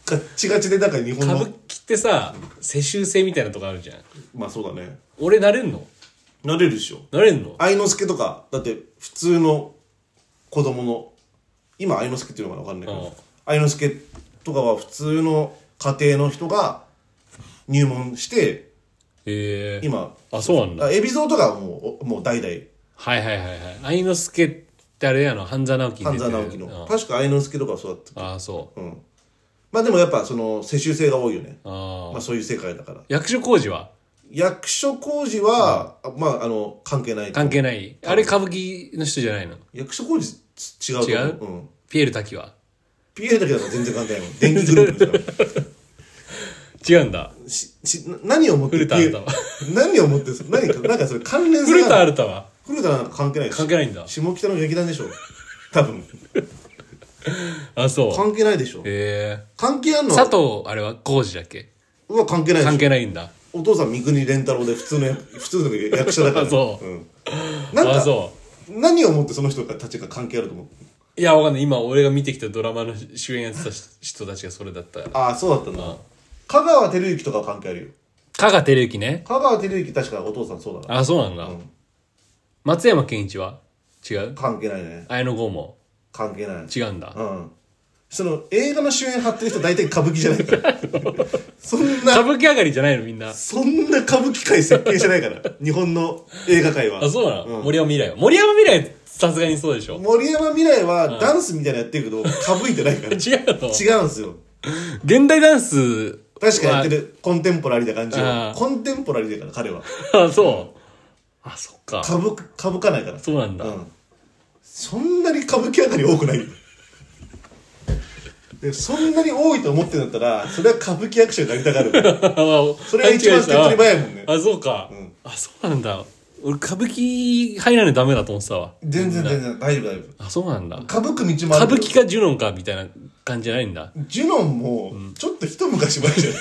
Speaker 2: ガッチガチでなんか日本
Speaker 1: 歌
Speaker 2: の
Speaker 1: 舞伎ってさ世襲制みたいなとこあるじゃん
Speaker 2: まあそうだね
Speaker 1: 俺なれんの
Speaker 2: なれるでしょ
Speaker 1: なれんの
Speaker 2: 愛之助とかだって普通の子供の今愛之助っていうのかな分かんないけ
Speaker 1: うん
Speaker 2: ど愛之助とかは普通の家庭の人が入門して
Speaker 1: へえ
Speaker 2: 今
Speaker 1: あそうなんだ
Speaker 2: あ海老蔵とかはもうおもう代々
Speaker 1: はいはいはいはい愛之助ってあれやの半沢直樹に
Speaker 2: 半
Speaker 1: 出て
Speaker 2: 沢
Speaker 1: る
Speaker 2: 直樹の
Speaker 1: うん
Speaker 2: 確か愛之助とかはそうだった
Speaker 1: ああそう
Speaker 2: うんまあでもやっぱその世襲制が多いよね
Speaker 1: あ
Speaker 2: まあそういう世界だから
Speaker 1: あ役所広司は
Speaker 2: 役所工事は、あまああの関係ない
Speaker 1: 関係ないあれ歌舞伎の人じゃないの
Speaker 2: 役所工事違うと
Speaker 1: 違う
Speaker 2: 思う、うん、
Speaker 1: ピエール滝は
Speaker 2: PA だけだと全然関係ないもん電気グループですから
Speaker 1: 違うんだ
Speaker 2: ししな何を持って
Speaker 1: 古田新太は
Speaker 2: 何を持っ てそ何かなんかそれ関連性
Speaker 1: 古田
Speaker 2: がある
Speaker 1: 新太は
Speaker 2: 古田なんか関係ないでしょ
Speaker 1: 関係ないんだ
Speaker 2: 下北の劇団でしょ多分
Speaker 1: あそう
Speaker 2: 関係ないでしょ
Speaker 1: へえ
Speaker 2: 関係あんの
Speaker 1: 佐藤あれは浩司だっけ
Speaker 2: は関係ないでしょ
Speaker 1: 関係ないんだ
Speaker 2: お父さん三国連太郎で普通の役普通の役者だか
Speaker 1: あ
Speaker 2: ら
Speaker 1: そう
Speaker 2: うん、なん
Speaker 1: あ
Speaker 2: か
Speaker 1: そ
Speaker 2: 何を持ってその人たちが関係あると思う
Speaker 1: ういやわかんない今俺が見てきたドラマの主演やってた人たちがそれだった
Speaker 2: ああそうだったんだ香川照之とかは関係あるよ
Speaker 1: 加賀照之ね
Speaker 2: 香川照之確かお父さんそうだな
Speaker 1: あそうなんだ、
Speaker 2: ん
Speaker 1: 松山ケンイチは違う
Speaker 2: 関係ないね
Speaker 1: 綾野剛も
Speaker 2: 関係ない
Speaker 1: 違うんだ
Speaker 2: うんその映画の主演張ってる人大体歌舞伎じゃないからそん
Speaker 1: 歌
Speaker 2: な
Speaker 1: 舞伎上がりじゃないのみんなあ
Speaker 2: そんな歌舞伎界設計してないから日本の映画界は
Speaker 1: そうなの、森山未来は森山未来さすがにそうでしょ
Speaker 2: 森山未来はダンスみたいなのやってるけど、歌舞伎てない から違
Speaker 1: 違うの
Speaker 2: うんですよ
Speaker 1: 現代ダンス
Speaker 2: 確かやって
Speaker 1: る
Speaker 2: るコンテンポラリーな感じ
Speaker 1: あ
Speaker 2: は
Speaker 1: ー
Speaker 2: コンテンポラリーだから彼は
Speaker 1: あそうあそっか
Speaker 2: 歌舞歌舞かないから
Speaker 1: そうなんだ、
Speaker 2: うんそんなに歌舞伎あたり多くないよでそんなに多いと思ってんだったらそれは歌舞伎役者になりた がる
Speaker 1: そ
Speaker 2: それが一番手っ取り早いもんね
Speaker 1: あそうか、
Speaker 2: ん
Speaker 1: あそうなんだ俺歌舞伎入らないとダメだと思ってたわ
Speaker 2: 全然全然大丈夫大丈
Speaker 1: あそうなんだ
Speaker 2: 夫歌舞伎道もあ
Speaker 1: 歌
Speaker 2: る
Speaker 1: 舞伎かジュノンかみたいな感じじゃないんだ
Speaker 2: ジュノンもちょっと一昔前じゃない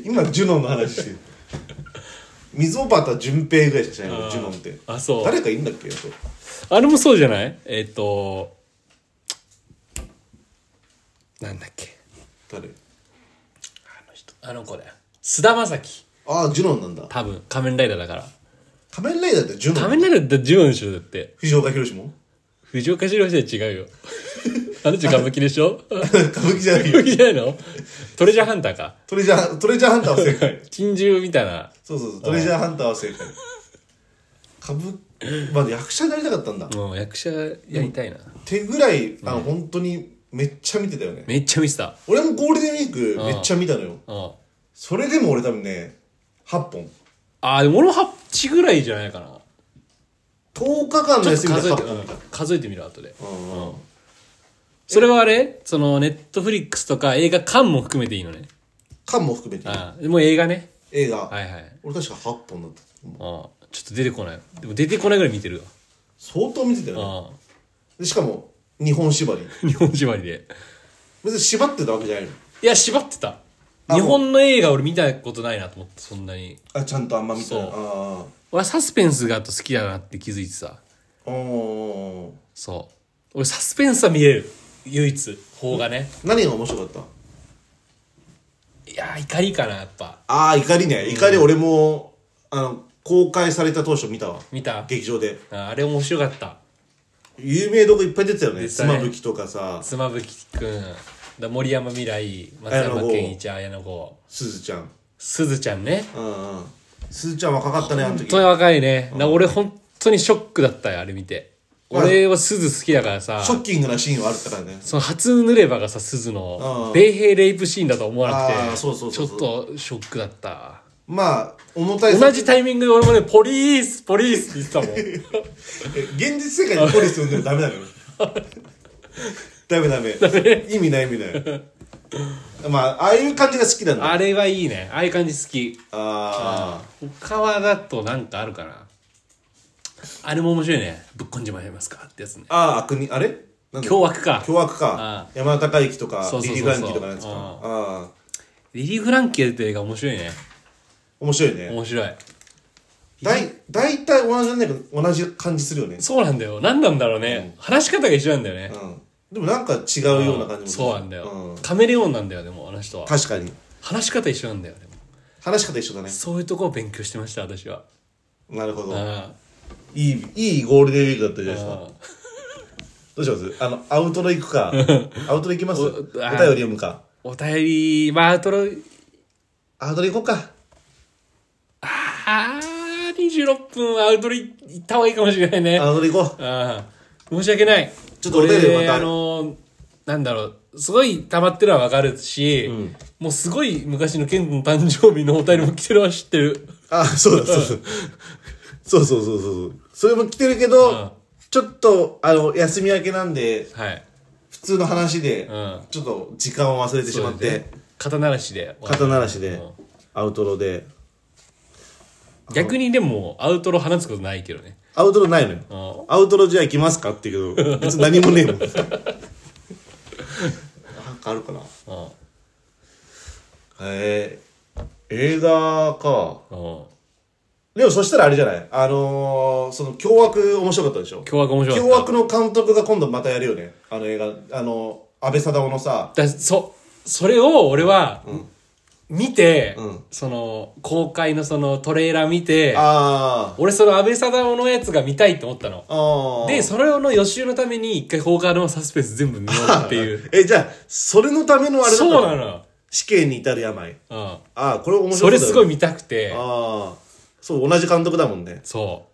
Speaker 2: 今ジュノンの話してる溝端淳平ぐらいしかしないのジュノンって
Speaker 1: あそう
Speaker 2: 誰かいるんだっけあと
Speaker 1: あれもそうじゃないえっ、と、なんだっけ。
Speaker 2: 誰
Speaker 1: あの人。あの子だよ。菅田将暉。
Speaker 2: ああジュノンなんだ
Speaker 1: 多分、仮面ライダーだから。
Speaker 2: 仮面ライダーってジュノ
Speaker 1: 仮
Speaker 2: ン
Speaker 1: 面ライダーってジュンでしょだって。
Speaker 2: 藤岡 弘も
Speaker 1: 藤岡四郎じゃ違うよ。あの人歌舞伎でしょ歌
Speaker 2: 歌舞伎じゃないよ
Speaker 1: 舞伎じゃないのトレジャーハンターか。
Speaker 2: トレジャートレジャーハンターは正解
Speaker 1: 金獣みたいな。
Speaker 2: そうそうそう、トレジャーハンターは正解。歌舞まあ役者になりたかったんだ。っ
Speaker 1: もう役者やりたいな。
Speaker 2: てぐらい、あの、本当にめっちゃ見てたよね。
Speaker 1: めっちゃ見てた。
Speaker 2: 俺もゴールデンウィークめっちゃ見たのよ。
Speaker 1: うん。
Speaker 2: それでも俺多分ね、8本。
Speaker 1: あー、でも俺も8ぐらいじゃないかな。
Speaker 2: 10日間の休みで
Speaker 1: 数え
Speaker 2: 8
Speaker 1: て、
Speaker 2: 本
Speaker 1: うん。数えてみる、後で。
Speaker 2: うんうん
Speaker 1: それはあれその、ネットフリックスとか映画館も含めていいのね。
Speaker 2: 間も含めて、
Speaker 1: ああ、もう映画ね。
Speaker 2: 映画、
Speaker 1: はいはい。ああ
Speaker 2: 俺確か8本だった。
Speaker 1: ちょっと出てこない。でも出てこないぐらい見てるわ。
Speaker 2: 相当見てたよね
Speaker 1: あ
Speaker 2: でしかも日本縛り
Speaker 1: あ 日本縛りで
Speaker 2: 別に縛ってたわけじゃないの
Speaker 1: いや縛ってた
Speaker 2: あ
Speaker 1: 日本の映画俺見たことないなと思ってそんなに
Speaker 2: あちゃんとあんま見た
Speaker 1: そう
Speaker 2: あ
Speaker 1: 俺サスペンスがあと好きだなって気づいてさ
Speaker 2: あおー
Speaker 1: そう俺サスペンスは見れる唯一方がね
Speaker 2: 何が面白かった
Speaker 1: いやー怒りかなやっぱ
Speaker 2: ああ怒りね怒り俺も、あの公開された当初見たわ
Speaker 1: 見た
Speaker 2: 劇場で
Speaker 1: ああれ面白かった
Speaker 2: 有名どこいっぱい出てたよね
Speaker 1: 出てたね
Speaker 2: 妻夫木とかさ
Speaker 1: 妻夫木くんだ森山未来松山健一綾野剛
Speaker 2: すずちゃん
Speaker 1: すずちゃんね
Speaker 2: うんうんすずちゃん若かったねあの
Speaker 1: 本
Speaker 2: 時
Speaker 1: 当に若いね、な俺本当にショックだったよあれ見て
Speaker 2: うん
Speaker 1: 俺はすず好きだからさ
Speaker 2: ショッキングなシーンはあったからね
Speaker 1: その初濡ればがさすずの
Speaker 2: うん
Speaker 1: 米兵レイプシーンだと思わなく
Speaker 2: あー
Speaker 1: て
Speaker 2: そうそうそうそう
Speaker 1: ちょっとショックだった
Speaker 2: まあ重たい
Speaker 1: 同じタイミングで俺もねポリースポリースって言ってたもん
Speaker 2: え現実世界にポリス呼んでもダメ だからダメダメ意味ない意味ないまあああいう感じが好きなん だ
Speaker 1: あれはいいねああいう感じ好き
Speaker 2: ああ
Speaker 1: 他はだとなんかあるかなあれも面白いねぶっこんじまいますかってやつね
Speaker 2: ああ悪人あれなんだ
Speaker 1: 凶悪か
Speaker 2: 凶悪
Speaker 1: あ
Speaker 2: か山田孝之とか
Speaker 1: そうそう
Speaker 2: リ
Speaker 1: そう
Speaker 2: リ
Speaker 1: そう
Speaker 2: ー・フランキーとかのやつかああ
Speaker 1: リリー・フランケルって映画面白いね
Speaker 2: 面白いね
Speaker 1: 面白い
Speaker 2: だい大体同じなんだけど同じ感じするよね、
Speaker 1: そうなんだよ何なんだろうね、話し方が一緒なんだよね、
Speaker 2: うん、でもなんか違うような感じもする
Speaker 1: そうなんだよ、
Speaker 2: うん
Speaker 1: カメレオンなんだよでもあの人は
Speaker 2: 確かに
Speaker 1: 話し方一緒なんだよでも
Speaker 2: 話し方一緒だね
Speaker 1: そういうとこを勉強してました私は
Speaker 2: なるほど
Speaker 1: あ
Speaker 2: いいいいゴールデンウィークだったじゃないですか
Speaker 1: あ
Speaker 2: どうしますあの、アウトロ行 くか。アウトロ行きます
Speaker 1: お
Speaker 2: お
Speaker 1: あ
Speaker 2: 便り
Speaker 1: ー
Speaker 2: 読むか。
Speaker 1: お便りまあアウトロ
Speaker 2: アウトロ行こうか。
Speaker 1: あー26分アウトロ行った方がいいかもしれないね
Speaker 2: アウトロ行こう。
Speaker 1: ああ申し訳ない
Speaker 2: ちょっとお便り
Speaker 1: これ
Speaker 2: また
Speaker 1: あのなんだろうすごい溜まってるのはわかるし、もうすごい昔のケンの誕生日のお便りも来てるのは知ってる
Speaker 2: あ、そう だ、そうだ。そうそうそうそう。それも来てるけ
Speaker 1: うん
Speaker 2: ど、ちょっと、あの、休み明けなんで、
Speaker 1: はい
Speaker 2: 普通の話で
Speaker 1: ん、
Speaker 2: ちょっと時間を忘れてしまっ
Speaker 1: そうです
Speaker 2: て
Speaker 1: ね、肩慣らしで
Speaker 2: 肩慣らし
Speaker 1: う
Speaker 2: で
Speaker 1: ん、
Speaker 2: アウトロで。
Speaker 1: 逆にでもアウトロ話すことないけどね
Speaker 2: アウトロないのよ。アウトロじゃあ行きますかって言うけ ど、別に何もねえもん。なんかあるかな。
Speaker 1: うん
Speaker 2: へえ映画か。
Speaker 1: うん
Speaker 2: でもそしたらあれじゃないあのー、その凶悪面白かったでしょ
Speaker 1: 凶悪面白かった
Speaker 2: 凶悪の監督が今度またやるよねあの映画あの安倍貞夫のさ
Speaker 1: だそそれを俺は見て、
Speaker 2: うん
Speaker 1: その公開のそのトレーラー見て
Speaker 2: あー
Speaker 1: 俺その安倍貞夫のやつが見たいと思ったの
Speaker 2: あー
Speaker 1: でそれの予習のために一回放課のサスペンス全部見ようっていう
Speaker 2: えじゃあそれのためのあれだった
Speaker 1: そうなのよ、
Speaker 2: 死刑に至る病
Speaker 1: うん、
Speaker 2: ああこれ面白
Speaker 1: それすごい
Speaker 2: い
Speaker 1: 見たくて
Speaker 2: ああそう同じ監督だもんね
Speaker 1: そ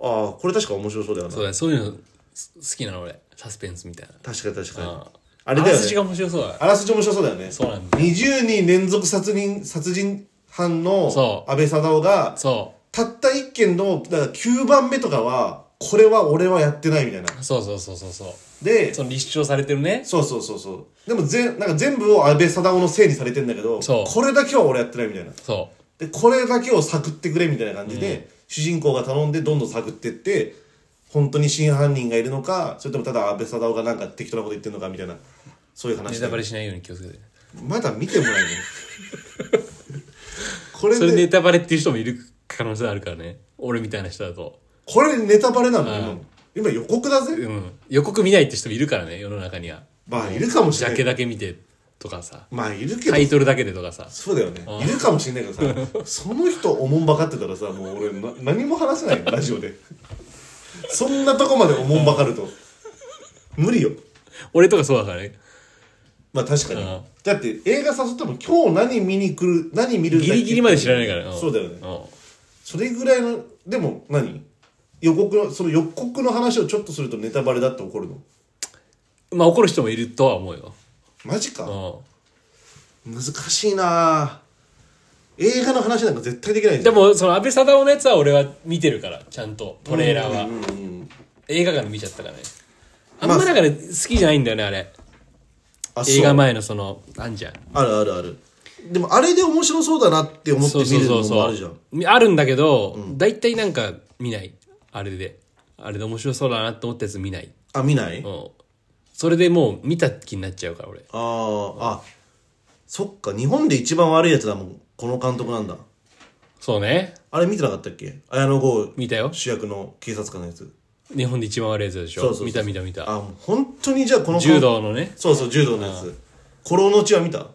Speaker 2: ああこれ確か面白そうだよ
Speaker 1: う
Speaker 2: な
Speaker 1: そうだそういうのす好きなの俺サスペンスみたいな
Speaker 2: 確かに確かに
Speaker 1: うん
Speaker 2: あれだ
Speaker 1: あら
Speaker 2: よ
Speaker 1: すじ
Speaker 2: ね
Speaker 1: が面白そうだ
Speaker 2: あらすじ面白そうだよね
Speaker 1: そうなんだ
Speaker 2: 20人連続殺人殺人犯の
Speaker 1: そう
Speaker 2: 安倍貞夫が
Speaker 1: そ
Speaker 2: たった一件のだから9番目とかはこれは俺はやってないみたいな
Speaker 1: うそうそうそうそうそう
Speaker 2: で
Speaker 1: その立証されてるね
Speaker 2: そうそうそうそうでもぜんなんか全部を安倍貞夫のせいにされてんだけど
Speaker 1: そう
Speaker 2: これだけは俺やってないみたいな
Speaker 1: そ
Speaker 2: でこれだけを探ってくれみたいな感じで、主人公が頼んでどんどん探ってって本当に真犯人がいるのかそれともただ安倍貞夫がなんか適当なこと言ってるのかみたいなそういう
Speaker 1: うネ
Speaker 2: 話
Speaker 1: タ
Speaker 2: で
Speaker 1: バレしないように気をつけて
Speaker 2: まだ見てもら えないこれ
Speaker 1: それ
Speaker 2: で
Speaker 1: ネタバレっていう人もいる可能性あるからね俺みたいな人だと、
Speaker 2: これネタバレなの今の今予告だぜ
Speaker 1: うん、予告見ないって人もいるからね世の中には
Speaker 2: まあいるかもし
Speaker 1: ジ
Speaker 2: れ
Speaker 1: ャ
Speaker 2: な
Speaker 1: ケ
Speaker 2: い
Speaker 1: だけ見てとかさ
Speaker 2: まあいるけど
Speaker 1: タイトルだけでとかさ
Speaker 2: そうだよねいるかもしれないけ どさその人おもんばかってたらさもう俺な何も話せないよラジオでそんなとこまでおもんばかると無理よ
Speaker 1: 俺とかそうだからね
Speaker 2: まあ確かに
Speaker 1: うん
Speaker 2: だって映画誘っても今日何見に来る何見るん
Speaker 1: ギ
Speaker 2: だっけ
Speaker 1: リギリまで知らないからん
Speaker 2: そうだよね
Speaker 1: ん
Speaker 2: それぐらいのでも何予告のその予告の話をちょっとするとネタバレだって怒るの
Speaker 1: まあ怒る人もいるとは思うよ
Speaker 2: マジか
Speaker 1: う
Speaker 2: 難しいなあ映画の話なんか絶対できない
Speaker 1: ん
Speaker 2: じ
Speaker 1: で
Speaker 2: ゃん
Speaker 1: もその安倍貞夫のやつは俺は見てるからちゃんとトレーラーは、
Speaker 2: うんうんうん
Speaker 1: 映画館で見ちゃったからねあん
Speaker 2: まあ
Speaker 1: まだから好きじゃないんだよねあれ
Speaker 2: あそう
Speaker 1: 映画前のそのあんじゃん
Speaker 2: あるあるあるでもあれで面白そうだなって思って見るのもあるじゃん
Speaker 1: あるんだけど、大体なんか見ないあれであれで面白そうだなって思ったやつ見ない。
Speaker 2: あ見ない、
Speaker 1: う
Speaker 2: あ
Speaker 1: ん。それでもう見た気になっちゃうから、俺。
Speaker 2: ーあそっか日本で一番悪いやつだもんこの監督なんだ
Speaker 1: そうね。
Speaker 2: あれ見てなかったっけ綾野剛
Speaker 1: 見たよ。
Speaker 2: 主役の警察官のやつ
Speaker 1: 日本で一番悪いやつでしょ。
Speaker 2: そうそうそう
Speaker 1: 見た見た見た。
Speaker 2: あもう本当にじゃあこの監
Speaker 1: 柔道のね。
Speaker 2: そうそう柔道のやつ古老の血は見た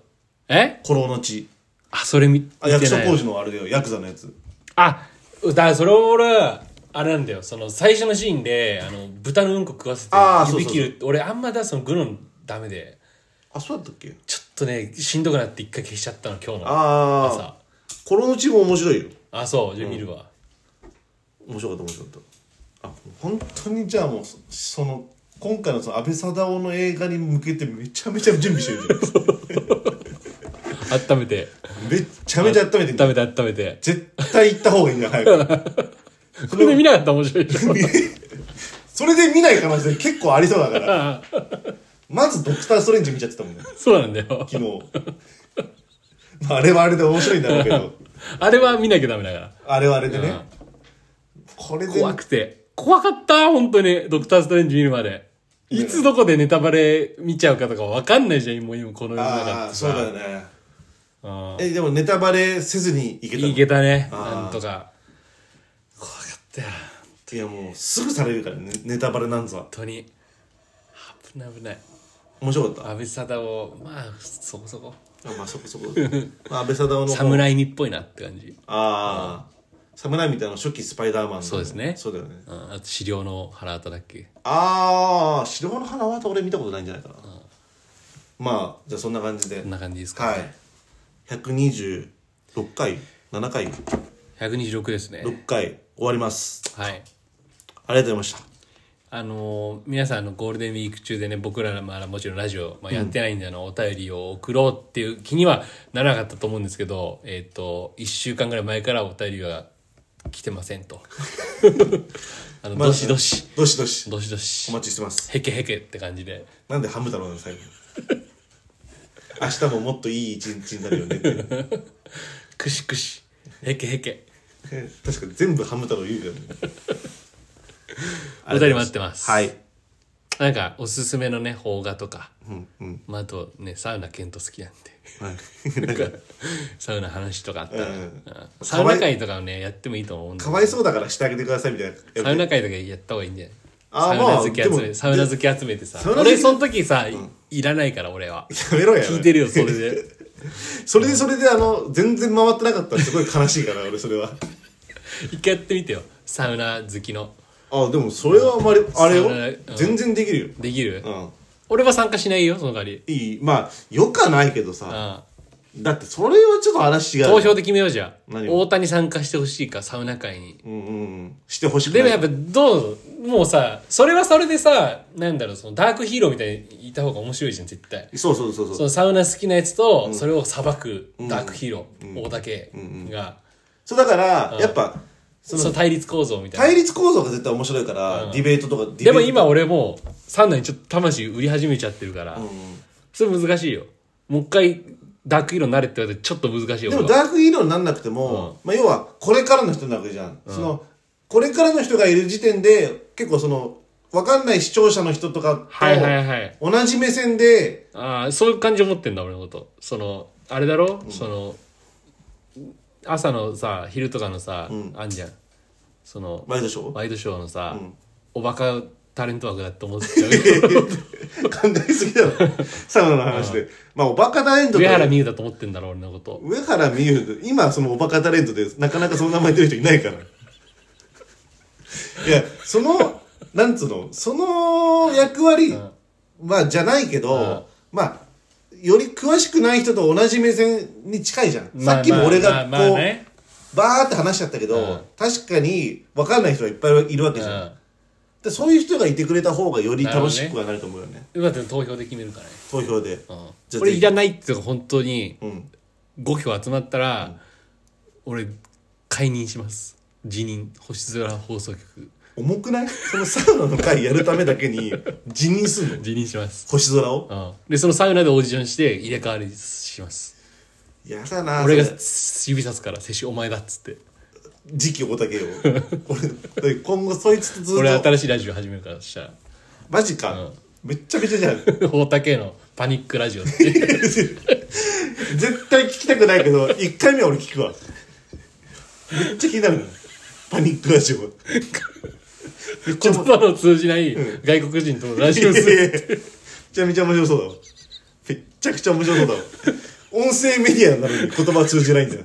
Speaker 1: え
Speaker 2: 古老の血
Speaker 1: あ、それ見見
Speaker 2: あ
Speaker 1: てない
Speaker 2: 役所広司のあれだよヤクザのやつ
Speaker 1: あ、だからそれを俺、あれなんだよ。その最初のシーンで、あの、豚のうんこ食わせて
Speaker 2: あー、そう
Speaker 1: 指
Speaker 2: そうそう
Speaker 1: 切る。俺、あんまだ、そのグロンダメで、
Speaker 2: あそうだったっけ
Speaker 1: ちょっとね、しんどくなって一回消しちゃったの、今日の
Speaker 2: ああ
Speaker 1: 朝。
Speaker 2: 古老の血も面白いよ
Speaker 1: あ、そう、じゃあ見るわ。
Speaker 2: 面白かった面白かったあ本当にじゃあもうそその今回のその安倍貞夫の映画に向けてめちゃめちゃ準備してるじ
Speaker 1: 温めて。
Speaker 2: ゃんめっちゃめちゃ温めてる
Speaker 1: 温めて、温めて。
Speaker 2: 絶対行った方がいいんだ早く
Speaker 1: これで見なかったら面白いで しょ。
Speaker 2: それで見ない可能性結構ありそうだからまず「ドクター・ストレンジ」見ちゃってたもんね
Speaker 1: そうなんだよ。
Speaker 2: 昨日まああれはあれで面白いんだろうけど
Speaker 1: あれは見なきゃダメだから。
Speaker 2: あれはあれでね、これで
Speaker 1: 怖くて。怖かった、本当に。ドクター・ストレンジ見るまで。いつどこでネタバレ見ちゃうかとかわかんないじゃん、もう今この世の中
Speaker 2: あ
Speaker 1: っ
Speaker 2: あ
Speaker 1: て
Speaker 2: そうだよ
Speaker 1: さ。
Speaker 2: ね
Speaker 1: うん
Speaker 2: えでもネタバレせずにいけたの
Speaker 1: いけたね。
Speaker 2: あー
Speaker 1: なんとか。怖かったよ。
Speaker 2: いやもうすぐされるからねネタバレなんぞ
Speaker 1: 本当に。危ない危ない。
Speaker 2: 面白かっ
Speaker 1: 安倍貞夫、まあ、そこそこ。
Speaker 2: たあまあそ こそこまあ安倍貞夫の方
Speaker 1: 侍味っぽいなって感じ。
Speaker 2: ああ侍みたいな初期スパイダーマンの
Speaker 1: そうですね
Speaker 2: そうだよね
Speaker 1: うん、あと、資料の腹渡だっけ。
Speaker 2: ああ白の花は俺見たことないんじゃないかな、まあじゃあそんな感じで
Speaker 1: こんな感じですか。
Speaker 2: はい126回7回
Speaker 1: 126ですね。
Speaker 2: 6回終わります
Speaker 1: はい。
Speaker 2: ありがとうございました
Speaker 1: あのー皆さんあのゴールデンウィーク中でね僕らはまだもちろんラジオ、まあ、やってないんで、あのお便りを送ろうっていう気にはならなかったと思うんですけど、えっと1週間ぐらい前からお便りは来てませんと あの、
Speaker 2: まだ
Speaker 1: どしどし
Speaker 2: どしどし
Speaker 1: どしど
Speaker 2: お
Speaker 1: し
Speaker 2: 待ちしてます
Speaker 1: へけへけって感じで
Speaker 2: なんでハム太郎な の最後明日ももっといい一日になるよねって
Speaker 1: くしくしへけへけ
Speaker 2: 確かに全部ハム太郎言 うよね
Speaker 1: お便り待ってます
Speaker 2: はい
Speaker 1: なんかおすすめのね邦画とか、
Speaker 2: うんうん
Speaker 1: まあ、あとねサウナ健人好きなんで
Speaker 2: はいなんか
Speaker 1: サウナ話とかあったら、
Speaker 2: うん
Speaker 1: うんサウナ会とかをねやってもいいと思うんで
Speaker 2: かわいそうだからしてあげてくださいみたいな
Speaker 1: サウナ会とかやった方がいいんじゃない
Speaker 2: あー
Speaker 1: サウナ好き集
Speaker 2: まあで
Speaker 1: め、
Speaker 2: も
Speaker 1: サウナ好き集めてさ
Speaker 2: サウ。ナ好き
Speaker 1: 俺、その時さ、いいらないから、俺は。
Speaker 2: やめろや
Speaker 1: 聞いてるよ、それで。
Speaker 2: それでそれであの全然回ってなかったらすごい悲しいから俺それは
Speaker 1: 一回やってみてよ。サウナ好きの。
Speaker 2: あでもそれはあまりあれ
Speaker 1: それ
Speaker 2: よ
Speaker 1: うん
Speaker 2: 全然できるよ
Speaker 1: できる
Speaker 2: うん
Speaker 1: 俺は参加しないよ、その代わり。
Speaker 2: いいまあよくはないけどさ
Speaker 1: ああ
Speaker 2: だってそれはちょっと話が
Speaker 1: 投票で決めようじゃあ。
Speaker 2: 何を
Speaker 1: 大谷参加してほしいか、サウナ会に。
Speaker 2: うんうんうんしてほしくない
Speaker 1: でもやっぱ、どうもうさ、それはそれでさ、なんだろう、そのダークヒーローみたいにいた方が面白いじゃん、絶対。
Speaker 2: そうそうそうそう
Speaker 1: そのサウナ好きなやつと、それを裁くダークヒーロー、大竹が、
Speaker 2: そうだからやっぱそ
Speaker 1: そ
Speaker 2: の
Speaker 1: の対立構造みたいな
Speaker 2: 対。立構造が絶対面白いからディベートとかディベート
Speaker 1: でも今俺もうサウナにちょっと魂売り始めちゃってるから、それ難しいよもう一回ダーク色になれって言われてちょっと難しいよ
Speaker 2: でも
Speaker 1: 俺は
Speaker 2: ダークヒーローになんなくてもまあ要はこれからの人なわけじゃんそのこれからの人がいる時点で結構そのわかんない視聴者の人とか
Speaker 1: はいはいはい
Speaker 2: と同じ目線で
Speaker 1: ああそういう感じ思ってんだ俺のことそのあれだろ、その朝のさ昼とかのさ、あんじゃんその
Speaker 2: ワイドショー
Speaker 1: ワイドショーのさ、おバカタレント枠だって思っちゃうけ ど
Speaker 2: 考えす ぎだろサウナの話でまあおバカタレント
Speaker 1: 上原
Speaker 2: で
Speaker 1: 美優だと思ってんだろ俺のこと
Speaker 2: 上原美優今そのおバカタレントでなかなかその名前出る人いないからいやそのなんつうのその役割まあじゃないけど、まあより詳しくない人と同じ目線に近いじゃん、さっきも俺がこう、
Speaker 1: まあまあまあね
Speaker 2: バーって話しちゃったけど、
Speaker 1: うん
Speaker 2: 確かに分かんない人がいっぱいいるわけじゃん、でそういう人がいてくれた方がより楽しくはなると思うよね
Speaker 1: うんまあでも投票で決めるからね
Speaker 2: 投票で、じゃあ
Speaker 1: 俺
Speaker 2: ぜ
Speaker 1: い
Speaker 2: ひ
Speaker 1: らないっていうか本当に
Speaker 2: うん
Speaker 1: 5票集まったら、俺解任します辞任星空放送局
Speaker 2: 重くないそのサウナの会やるためだけに辞任すんの
Speaker 1: 辞任します、
Speaker 2: 星空を
Speaker 1: うん、でそのサウナでオーディションして入れ替わりします
Speaker 2: やだな
Speaker 1: 俺が
Speaker 2: それ
Speaker 1: 指さすから「接種お前だ」っつって
Speaker 2: 次期 大竹を俺今後そいつとずっ
Speaker 1: 俺
Speaker 2: と
Speaker 1: 新しいラジオ始める からしたら
Speaker 2: マジか、めっちゃめちゃじゃん
Speaker 1: 大竹のパニックラジオっ ていう
Speaker 2: 絶対聞きたくないけど1回目は俺聞くわめっちゃ気になるパニックラジオめっちゃ
Speaker 1: 言
Speaker 2: も
Speaker 1: 葉の通じない外国人とのラジオす
Speaker 2: いやいや
Speaker 1: る
Speaker 2: いやめちゃめちゃ面白そうだわめっちゃくちゃ面白そうだわ音声メディアなのに言葉通じないんだよ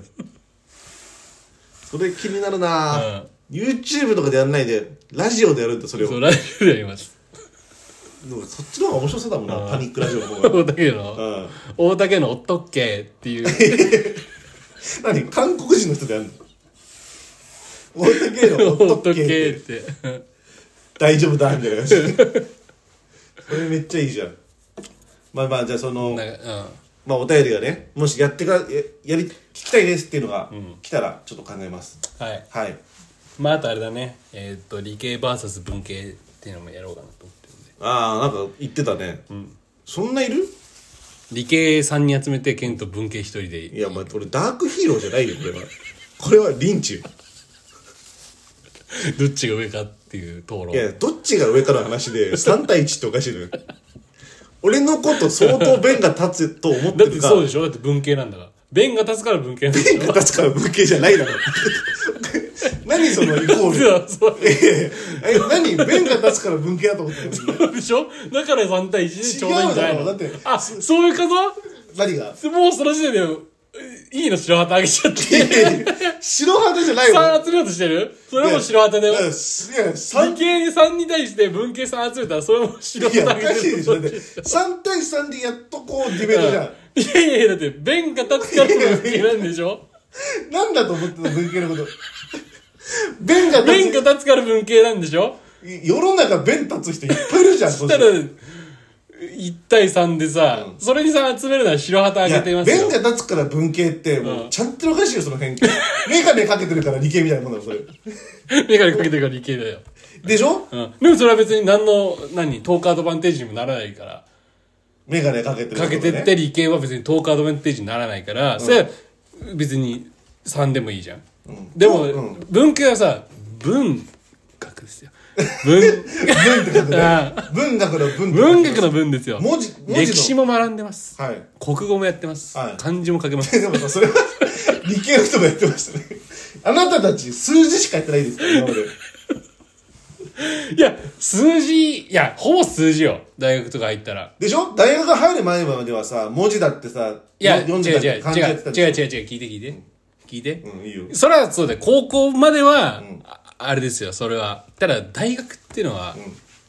Speaker 2: それ気になるな、YouTube とかでやんないでラジオでやるんだそれを
Speaker 1: そうラジオでやります
Speaker 2: でもそっちの方が面白そうだもんなパニックラジオの方が
Speaker 1: 大竹の
Speaker 2: うん
Speaker 1: 大竹のおっとっけって いう
Speaker 2: 何韓国人の人でやるの俺だけの
Speaker 1: お
Speaker 2: ほ
Speaker 1: っ
Speaker 2: っ
Speaker 1: と
Speaker 2: と
Speaker 1: っけっ
Speaker 2: け
Speaker 1: て
Speaker 2: 大丈夫だみたいな感じそれめっちゃいいじゃんまあまあじゃあその
Speaker 1: なんか
Speaker 2: まあ、お便りがねもしやってかややり聞きたいですっていうのが来たらちょっと考えます、
Speaker 1: うんはい
Speaker 2: はい
Speaker 1: まああとあれだねえっと理系 VS 文系っていうのもやろうかなと思ってるんで
Speaker 2: ああなんか言ってたね、そんないる
Speaker 1: 理系3人集めて健と文系1人で
Speaker 2: いやまあ俺ダークヒーローじゃないよこれはこれはリンチよ
Speaker 1: どっちが上かっていう討論
Speaker 2: いやどっちが上かの 話で3対1っておかしいのよ俺のこと相当弁が立つと思って
Speaker 1: だって
Speaker 2: るか
Speaker 1: そうでしょだって文系なんだから弁が立つから文系なんだ
Speaker 2: 弁 が立つから文系じゃないだろ 何そのイコール
Speaker 1: からそう
Speaker 2: え え何弁が立つから文系だと思ってるの
Speaker 1: でしょだから3対1でちょうどいいんじゃないの
Speaker 2: 違うだろだって
Speaker 1: あそういうこ
Speaker 2: 何が
Speaker 1: ともうその時点でいいの白旗あげちゃっ
Speaker 2: いや
Speaker 1: て
Speaker 2: いやいや白旗じゃないわ
Speaker 1: 3集めようとしてるそれも白旗だ
Speaker 2: いやい
Speaker 1: よ
Speaker 2: や、3
Speaker 1: 理系3に対して文系3集めたらそれも白
Speaker 2: いや、
Speaker 1: 旗
Speaker 2: お
Speaker 1: あげ
Speaker 2: かしいでしょ。だって、
Speaker 1: てる
Speaker 2: 3対3でやっとこうディベートじゃ
Speaker 1: いやいやいやだって弁が立つから文系なんでしょ
Speaker 2: ん。なんだと思ってたの、文系のこと。弁が
Speaker 1: 弁
Speaker 2: 立
Speaker 1: が立つから文系なんでしょ
Speaker 2: つ、世の中弁立つ人いっぱいいるじゃん、そ
Speaker 1: そしたら、1対3でさ、それにさ、集めるのは白旗あげています
Speaker 2: 弁
Speaker 1: よ
Speaker 2: が。立つから文系って、もう、ちゃんとおかしいよ、その偏見。メガネかけてるから理系みたいなもんだもん、それ。
Speaker 1: メガネかけてるから理系だよ。
Speaker 2: でしょ
Speaker 1: うん。でもそれは別に何の、何、トークアドバンテージにもならないから。
Speaker 2: メガネかけてる、
Speaker 1: かけてって。理系は別にトークアドバンテージにならないから、それは別に3でもいいじゃん。でも、
Speaker 2: うん
Speaker 1: 文系はさ、文学ですよ。 文、
Speaker 2: 文って書くね
Speaker 1: あ
Speaker 2: 文学の文
Speaker 1: 文学の文ですよ。
Speaker 2: 文字文字の
Speaker 1: 歴史も学んでます。
Speaker 2: はい。
Speaker 1: 国語もやってます。
Speaker 2: はい
Speaker 1: 漢字も書けます。
Speaker 2: でもさ、それは、理系の人がやってましたね。あなたたち、数字しかやってないですから、今まで。
Speaker 1: いや、数字、いや、ほぼ数字よ。大学とか入ったら。
Speaker 2: でしょ大学入る前まではさ、文字だってさ、
Speaker 1: いや、違う
Speaker 2: 読ん
Speaker 1: 違う
Speaker 2: で
Speaker 1: 違う違う違う違う
Speaker 2: た感じやってたじゃん
Speaker 1: 聞いて聞いて。聞いて。
Speaker 2: うん、いいよ。
Speaker 1: それはそうだよ高校までは、ああれですよ、それは。ただ、大学っていうのは、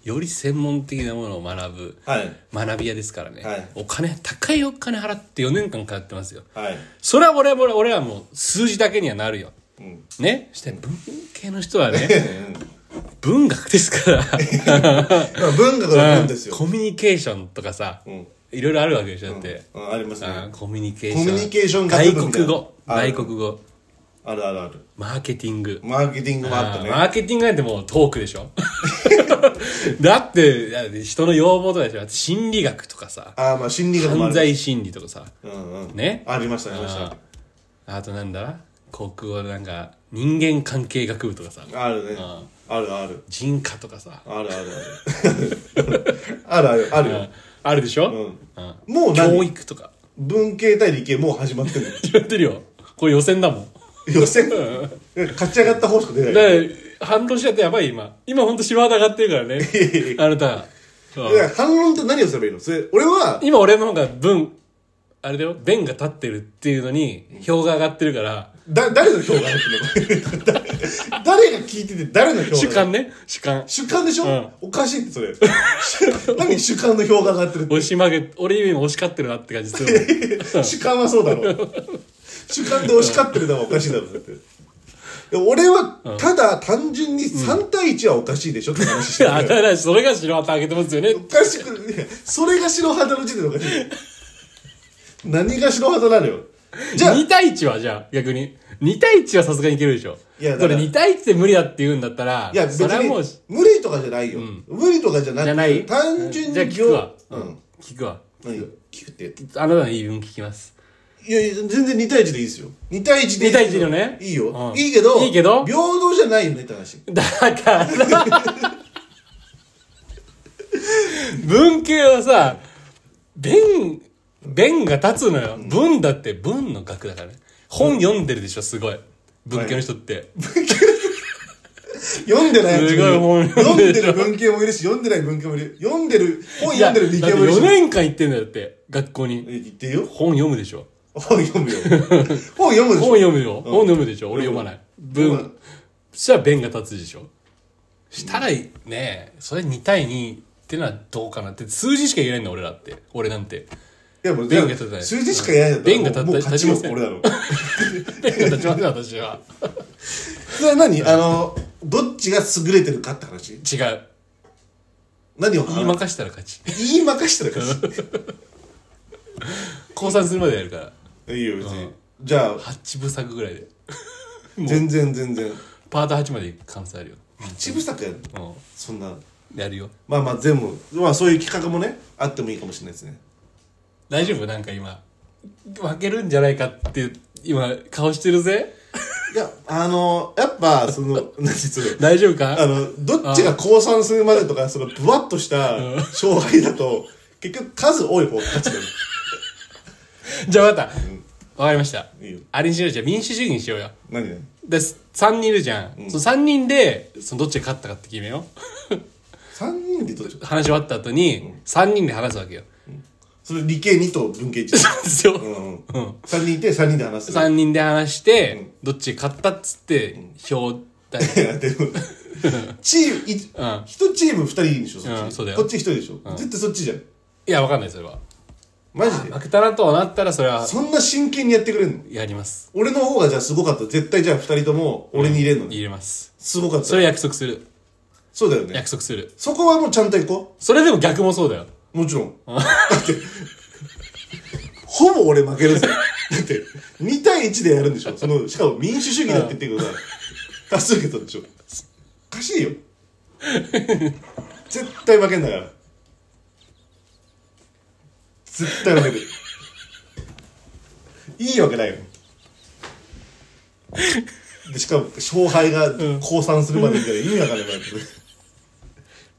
Speaker 1: より専門的なものを学ぶ、
Speaker 2: はい。
Speaker 1: 学び屋ですからね。
Speaker 2: はい
Speaker 1: お金、高いお金払って4年間通ってますよ。
Speaker 2: はい。
Speaker 1: それは俺は、俺は俺はもう数字だけにはなるよ。
Speaker 2: うん。
Speaker 1: ねして文系の人はね、文学ですから。
Speaker 2: まあ文学の文ですよ。
Speaker 1: コミュニケーションとかさ、
Speaker 2: ん
Speaker 1: いろいろあるわけでしょ、だって。
Speaker 2: うんあります
Speaker 1: あ
Speaker 2: ね
Speaker 1: ー。コミュニケーション。
Speaker 2: コミュニケーション学部みたい
Speaker 1: 外
Speaker 2: な
Speaker 1: 国語。
Speaker 2: ある
Speaker 1: 外国語。
Speaker 2: あるあるある。
Speaker 1: マーケティング。
Speaker 2: マーケティングもあった
Speaker 1: あーマ
Speaker 2: ね。
Speaker 1: ーケティングなんてもうトークでしょ だって、だって人の要望とかでしょあと心理学とかさ、
Speaker 2: ああ、まあ心理学も
Speaker 1: 犯
Speaker 2: ある。
Speaker 1: 罪心理とかさ、
Speaker 2: うんうん。
Speaker 1: ね
Speaker 2: ありました、ありました。
Speaker 1: あとなんだ国語のなんか人間関係学部とかさ、
Speaker 2: あるね。あるある。
Speaker 1: 人科とかさ、
Speaker 2: あるある ある。あるある、あるよ。
Speaker 1: あるでしょ、
Speaker 2: うんもう何
Speaker 1: 教育とか。
Speaker 2: 文系対理系もう始まって るの。
Speaker 1: やってるよ。これ予選だもん。
Speaker 2: 予選勝ち上がった方しか出ない。
Speaker 1: だから反論しちゃってやばい今。今ほんと白肌上がってるからね。 あなた。うん
Speaker 2: いや反論って何をすればいいのそれ俺は
Speaker 1: 今俺の方が文、あれだよ、弁が立ってるっていうのに、票が上がってるから、
Speaker 2: だ誰の票が入ってるの 誰が聞いてて誰の票が
Speaker 1: 主観ね、主観。
Speaker 2: 主観でしょ、
Speaker 1: ん
Speaker 2: おかしいってそれ 何主観の票が上がってるって
Speaker 1: 押し曲げ、俺よりも押し勝ってるなって感じするもん。
Speaker 2: 主観はそうだろう主観で押し勝ってるのはおかしいだろうだってで俺はただ単純に3対1はおかしいでしょって話 してる、
Speaker 1: あ、だからそれが白旗上げてますよね。
Speaker 2: おかしくいやそれが白肌の時点でおかしい何が白肌なのよじゃあ
Speaker 1: 2対1はじゃあ、逆に。2対1はさすがにいけるでしょ。
Speaker 2: いやだ
Speaker 1: そ
Speaker 2: か
Speaker 1: れ
Speaker 2: ら
Speaker 1: 2対1で無理だって言うんだったら、
Speaker 2: いや、別
Speaker 1: それはもう、
Speaker 2: に
Speaker 1: じ
Speaker 2: 無理とかじゃないよ。無理とかじゃなくて、
Speaker 1: ゃない。
Speaker 2: 単純に
Speaker 1: じゃあ聞くわ。
Speaker 2: うん。
Speaker 1: 聞くわ。
Speaker 2: 何聞くって。
Speaker 1: あなたの言い分聞きます。
Speaker 2: いやいや全然2対1でいいですよ2対1でいいです
Speaker 1: 2対1のね
Speaker 2: いいよ、
Speaker 1: うん
Speaker 2: いいけど
Speaker 1: いいけど
Speaker 2: 平等じゃないよねって話
Speaker 1: だから、文系はさ、弁、弁が立つのよ。文だって文の学だからね。本読んでるでしょ、すごい。文系の人って。
Speaker 2: 読んでない
Speaker 1: すごい本
Speaker 2: 読
Speaker 1: 読
Speaker 2: ん
Speaker 1: ん
Speaker 2: で
Speaker 1: でる
Speaker 2: る文系もいるし読んでない文系もいる読んでる本
Speaker 1: い
Speaker 2: 読
Speaker 1: や
Speaker 2: んでる理系もいるし
Speaker 1: だって4年間行ってんだよだって、学校に。
Speaker 2: え言ってよ
Speaker 1: 本読むでしょ。
Speaker 2: 本読むよ本読むでし ょ
Speaker 1: 本読むよ。本読むでしょ。俺読まない。
Speaker 2: 読
Speaker 1: 文
Speaker 2: む。
Speaker 1: したら弁が立つでしょ。したらね、それ2対2ってのはどうかなって、数字しか言えないんだ俺らって。俺なんて。
Speaker 2: いやもう
Speaker 1: 弁が立たない
Speaker 2: 数字しか言えないんだ
Speaker 1: 弁が立た
Speaker 2: もうもう勝ちます
Speaker 1: 立ち
Speaker 2: 俺
Speaker 1: ま
Speaker 2: だろ
Speaker 1: 弁が立ちます私は。
Speaker 2: それは 何あのどっちが優れてるかって話
Speaker 1: 違う。
Speaker 2: 何を
Speaker 1: 言い
Speaker 2: 話
Speaker 1: まかしたら勝ち。
Speaker 2: 言いまかして るか
Speaker 1: 降参するまでやるから。
Speaker 2: らいいよ別に、じゃあ
Speaker 1: 8部作ぐらいで。
Speaker 2: 全然全然
Speaker 1: パート8まで完成あるよ。
Speaker 2: 八部作やる
Speaker 1: う。
Speaker 2: そんなん
Speaker 1: やるよ。
Speaker 2: まあまあ全部まあそういう企画もねあってもいいかもしれないですね
Speaker 1: 大丈夫なんか今。負けるんじゃないかって、今、顔してるぜ。
Speaker 2: いやあのやっぱその何それ
Speaker 1: 大丈夫
Speaker 2: あ
Speaker 1: か
Speaker 2: のどっちが降参するまでとかそのぶわっとした勝敗だと結局数多い方が勝ちだよ
Speaker 1: じゃあまた。わかりました
Speaker 2: いいよ。
Speaker 1: あれにしようよじゃあ民主主義にしようよ。
Speaker 2: 何ね
Speaker 1: で、3人いるじゃん。その3人で、そのどっちが勝ったかって決めよ
Speaker 2: 3人でどっち
Speaker 1: う。話終わった後に、3人で話すわけよ。
Speaker 2: それ理系2と文系1、
Speaker 1: そう うん
Speaker 2: うん、3人いて3人で話す
Speaker 1: 3人で話して、どっち勝ったっつって、表だね。
Speaker 2: いやでもチームい
Speaker 1: ん
Speaker 2: 一チーム2人いるでしょそっち、
Speaker 1: うんそうだよ
Speaker 2: こっち1人でしょ、絶対そっちじゃん
Speaker 1: いや、わかんない、それは。
Speaker 2: マジで
Speaker 1: 負けたなとはなったら、それは、
Speaker 2: そんな真剣にやってくれんの
Speaker 1: やります。
Speaker 2: 俺の方がじゃあすごかったら絶対じゃあ2人とも俺に入れんのね、
Speaker 1: 入れます。
Speaker 2: すごかった
Speaker 1: それ約束する。
Speaker 2: そうだよね
Speaker 1: 約束する。
Speaker 2: そこはもうちゃんと行こ
Speaker 1: それでも逆もそうだよ。
Speaker 2: うもちろんだってほぼ俺負けるぜだって2対1でやるんでしょそのしかも民主主義だって言ってるけどさ多数決なんでしょおかしいよ絶対負けんだから絶対負けるいいわけないよでしかも勝敗が降参するまでみたいな意味わかんないから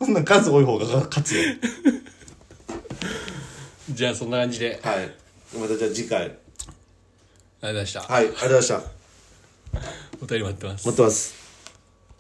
Speaker 2: そんな数多い方が勝つよ
Speaker 1: じゃあ、そんな感じで、
Speaker 2: はい。またじゃあ次回。はい、
Speaker 1: ありがとうございました。
Speaker 2: ありがとうございました。
Speaker 1: お便り待ってます
Speaker 2: 待っ。てます。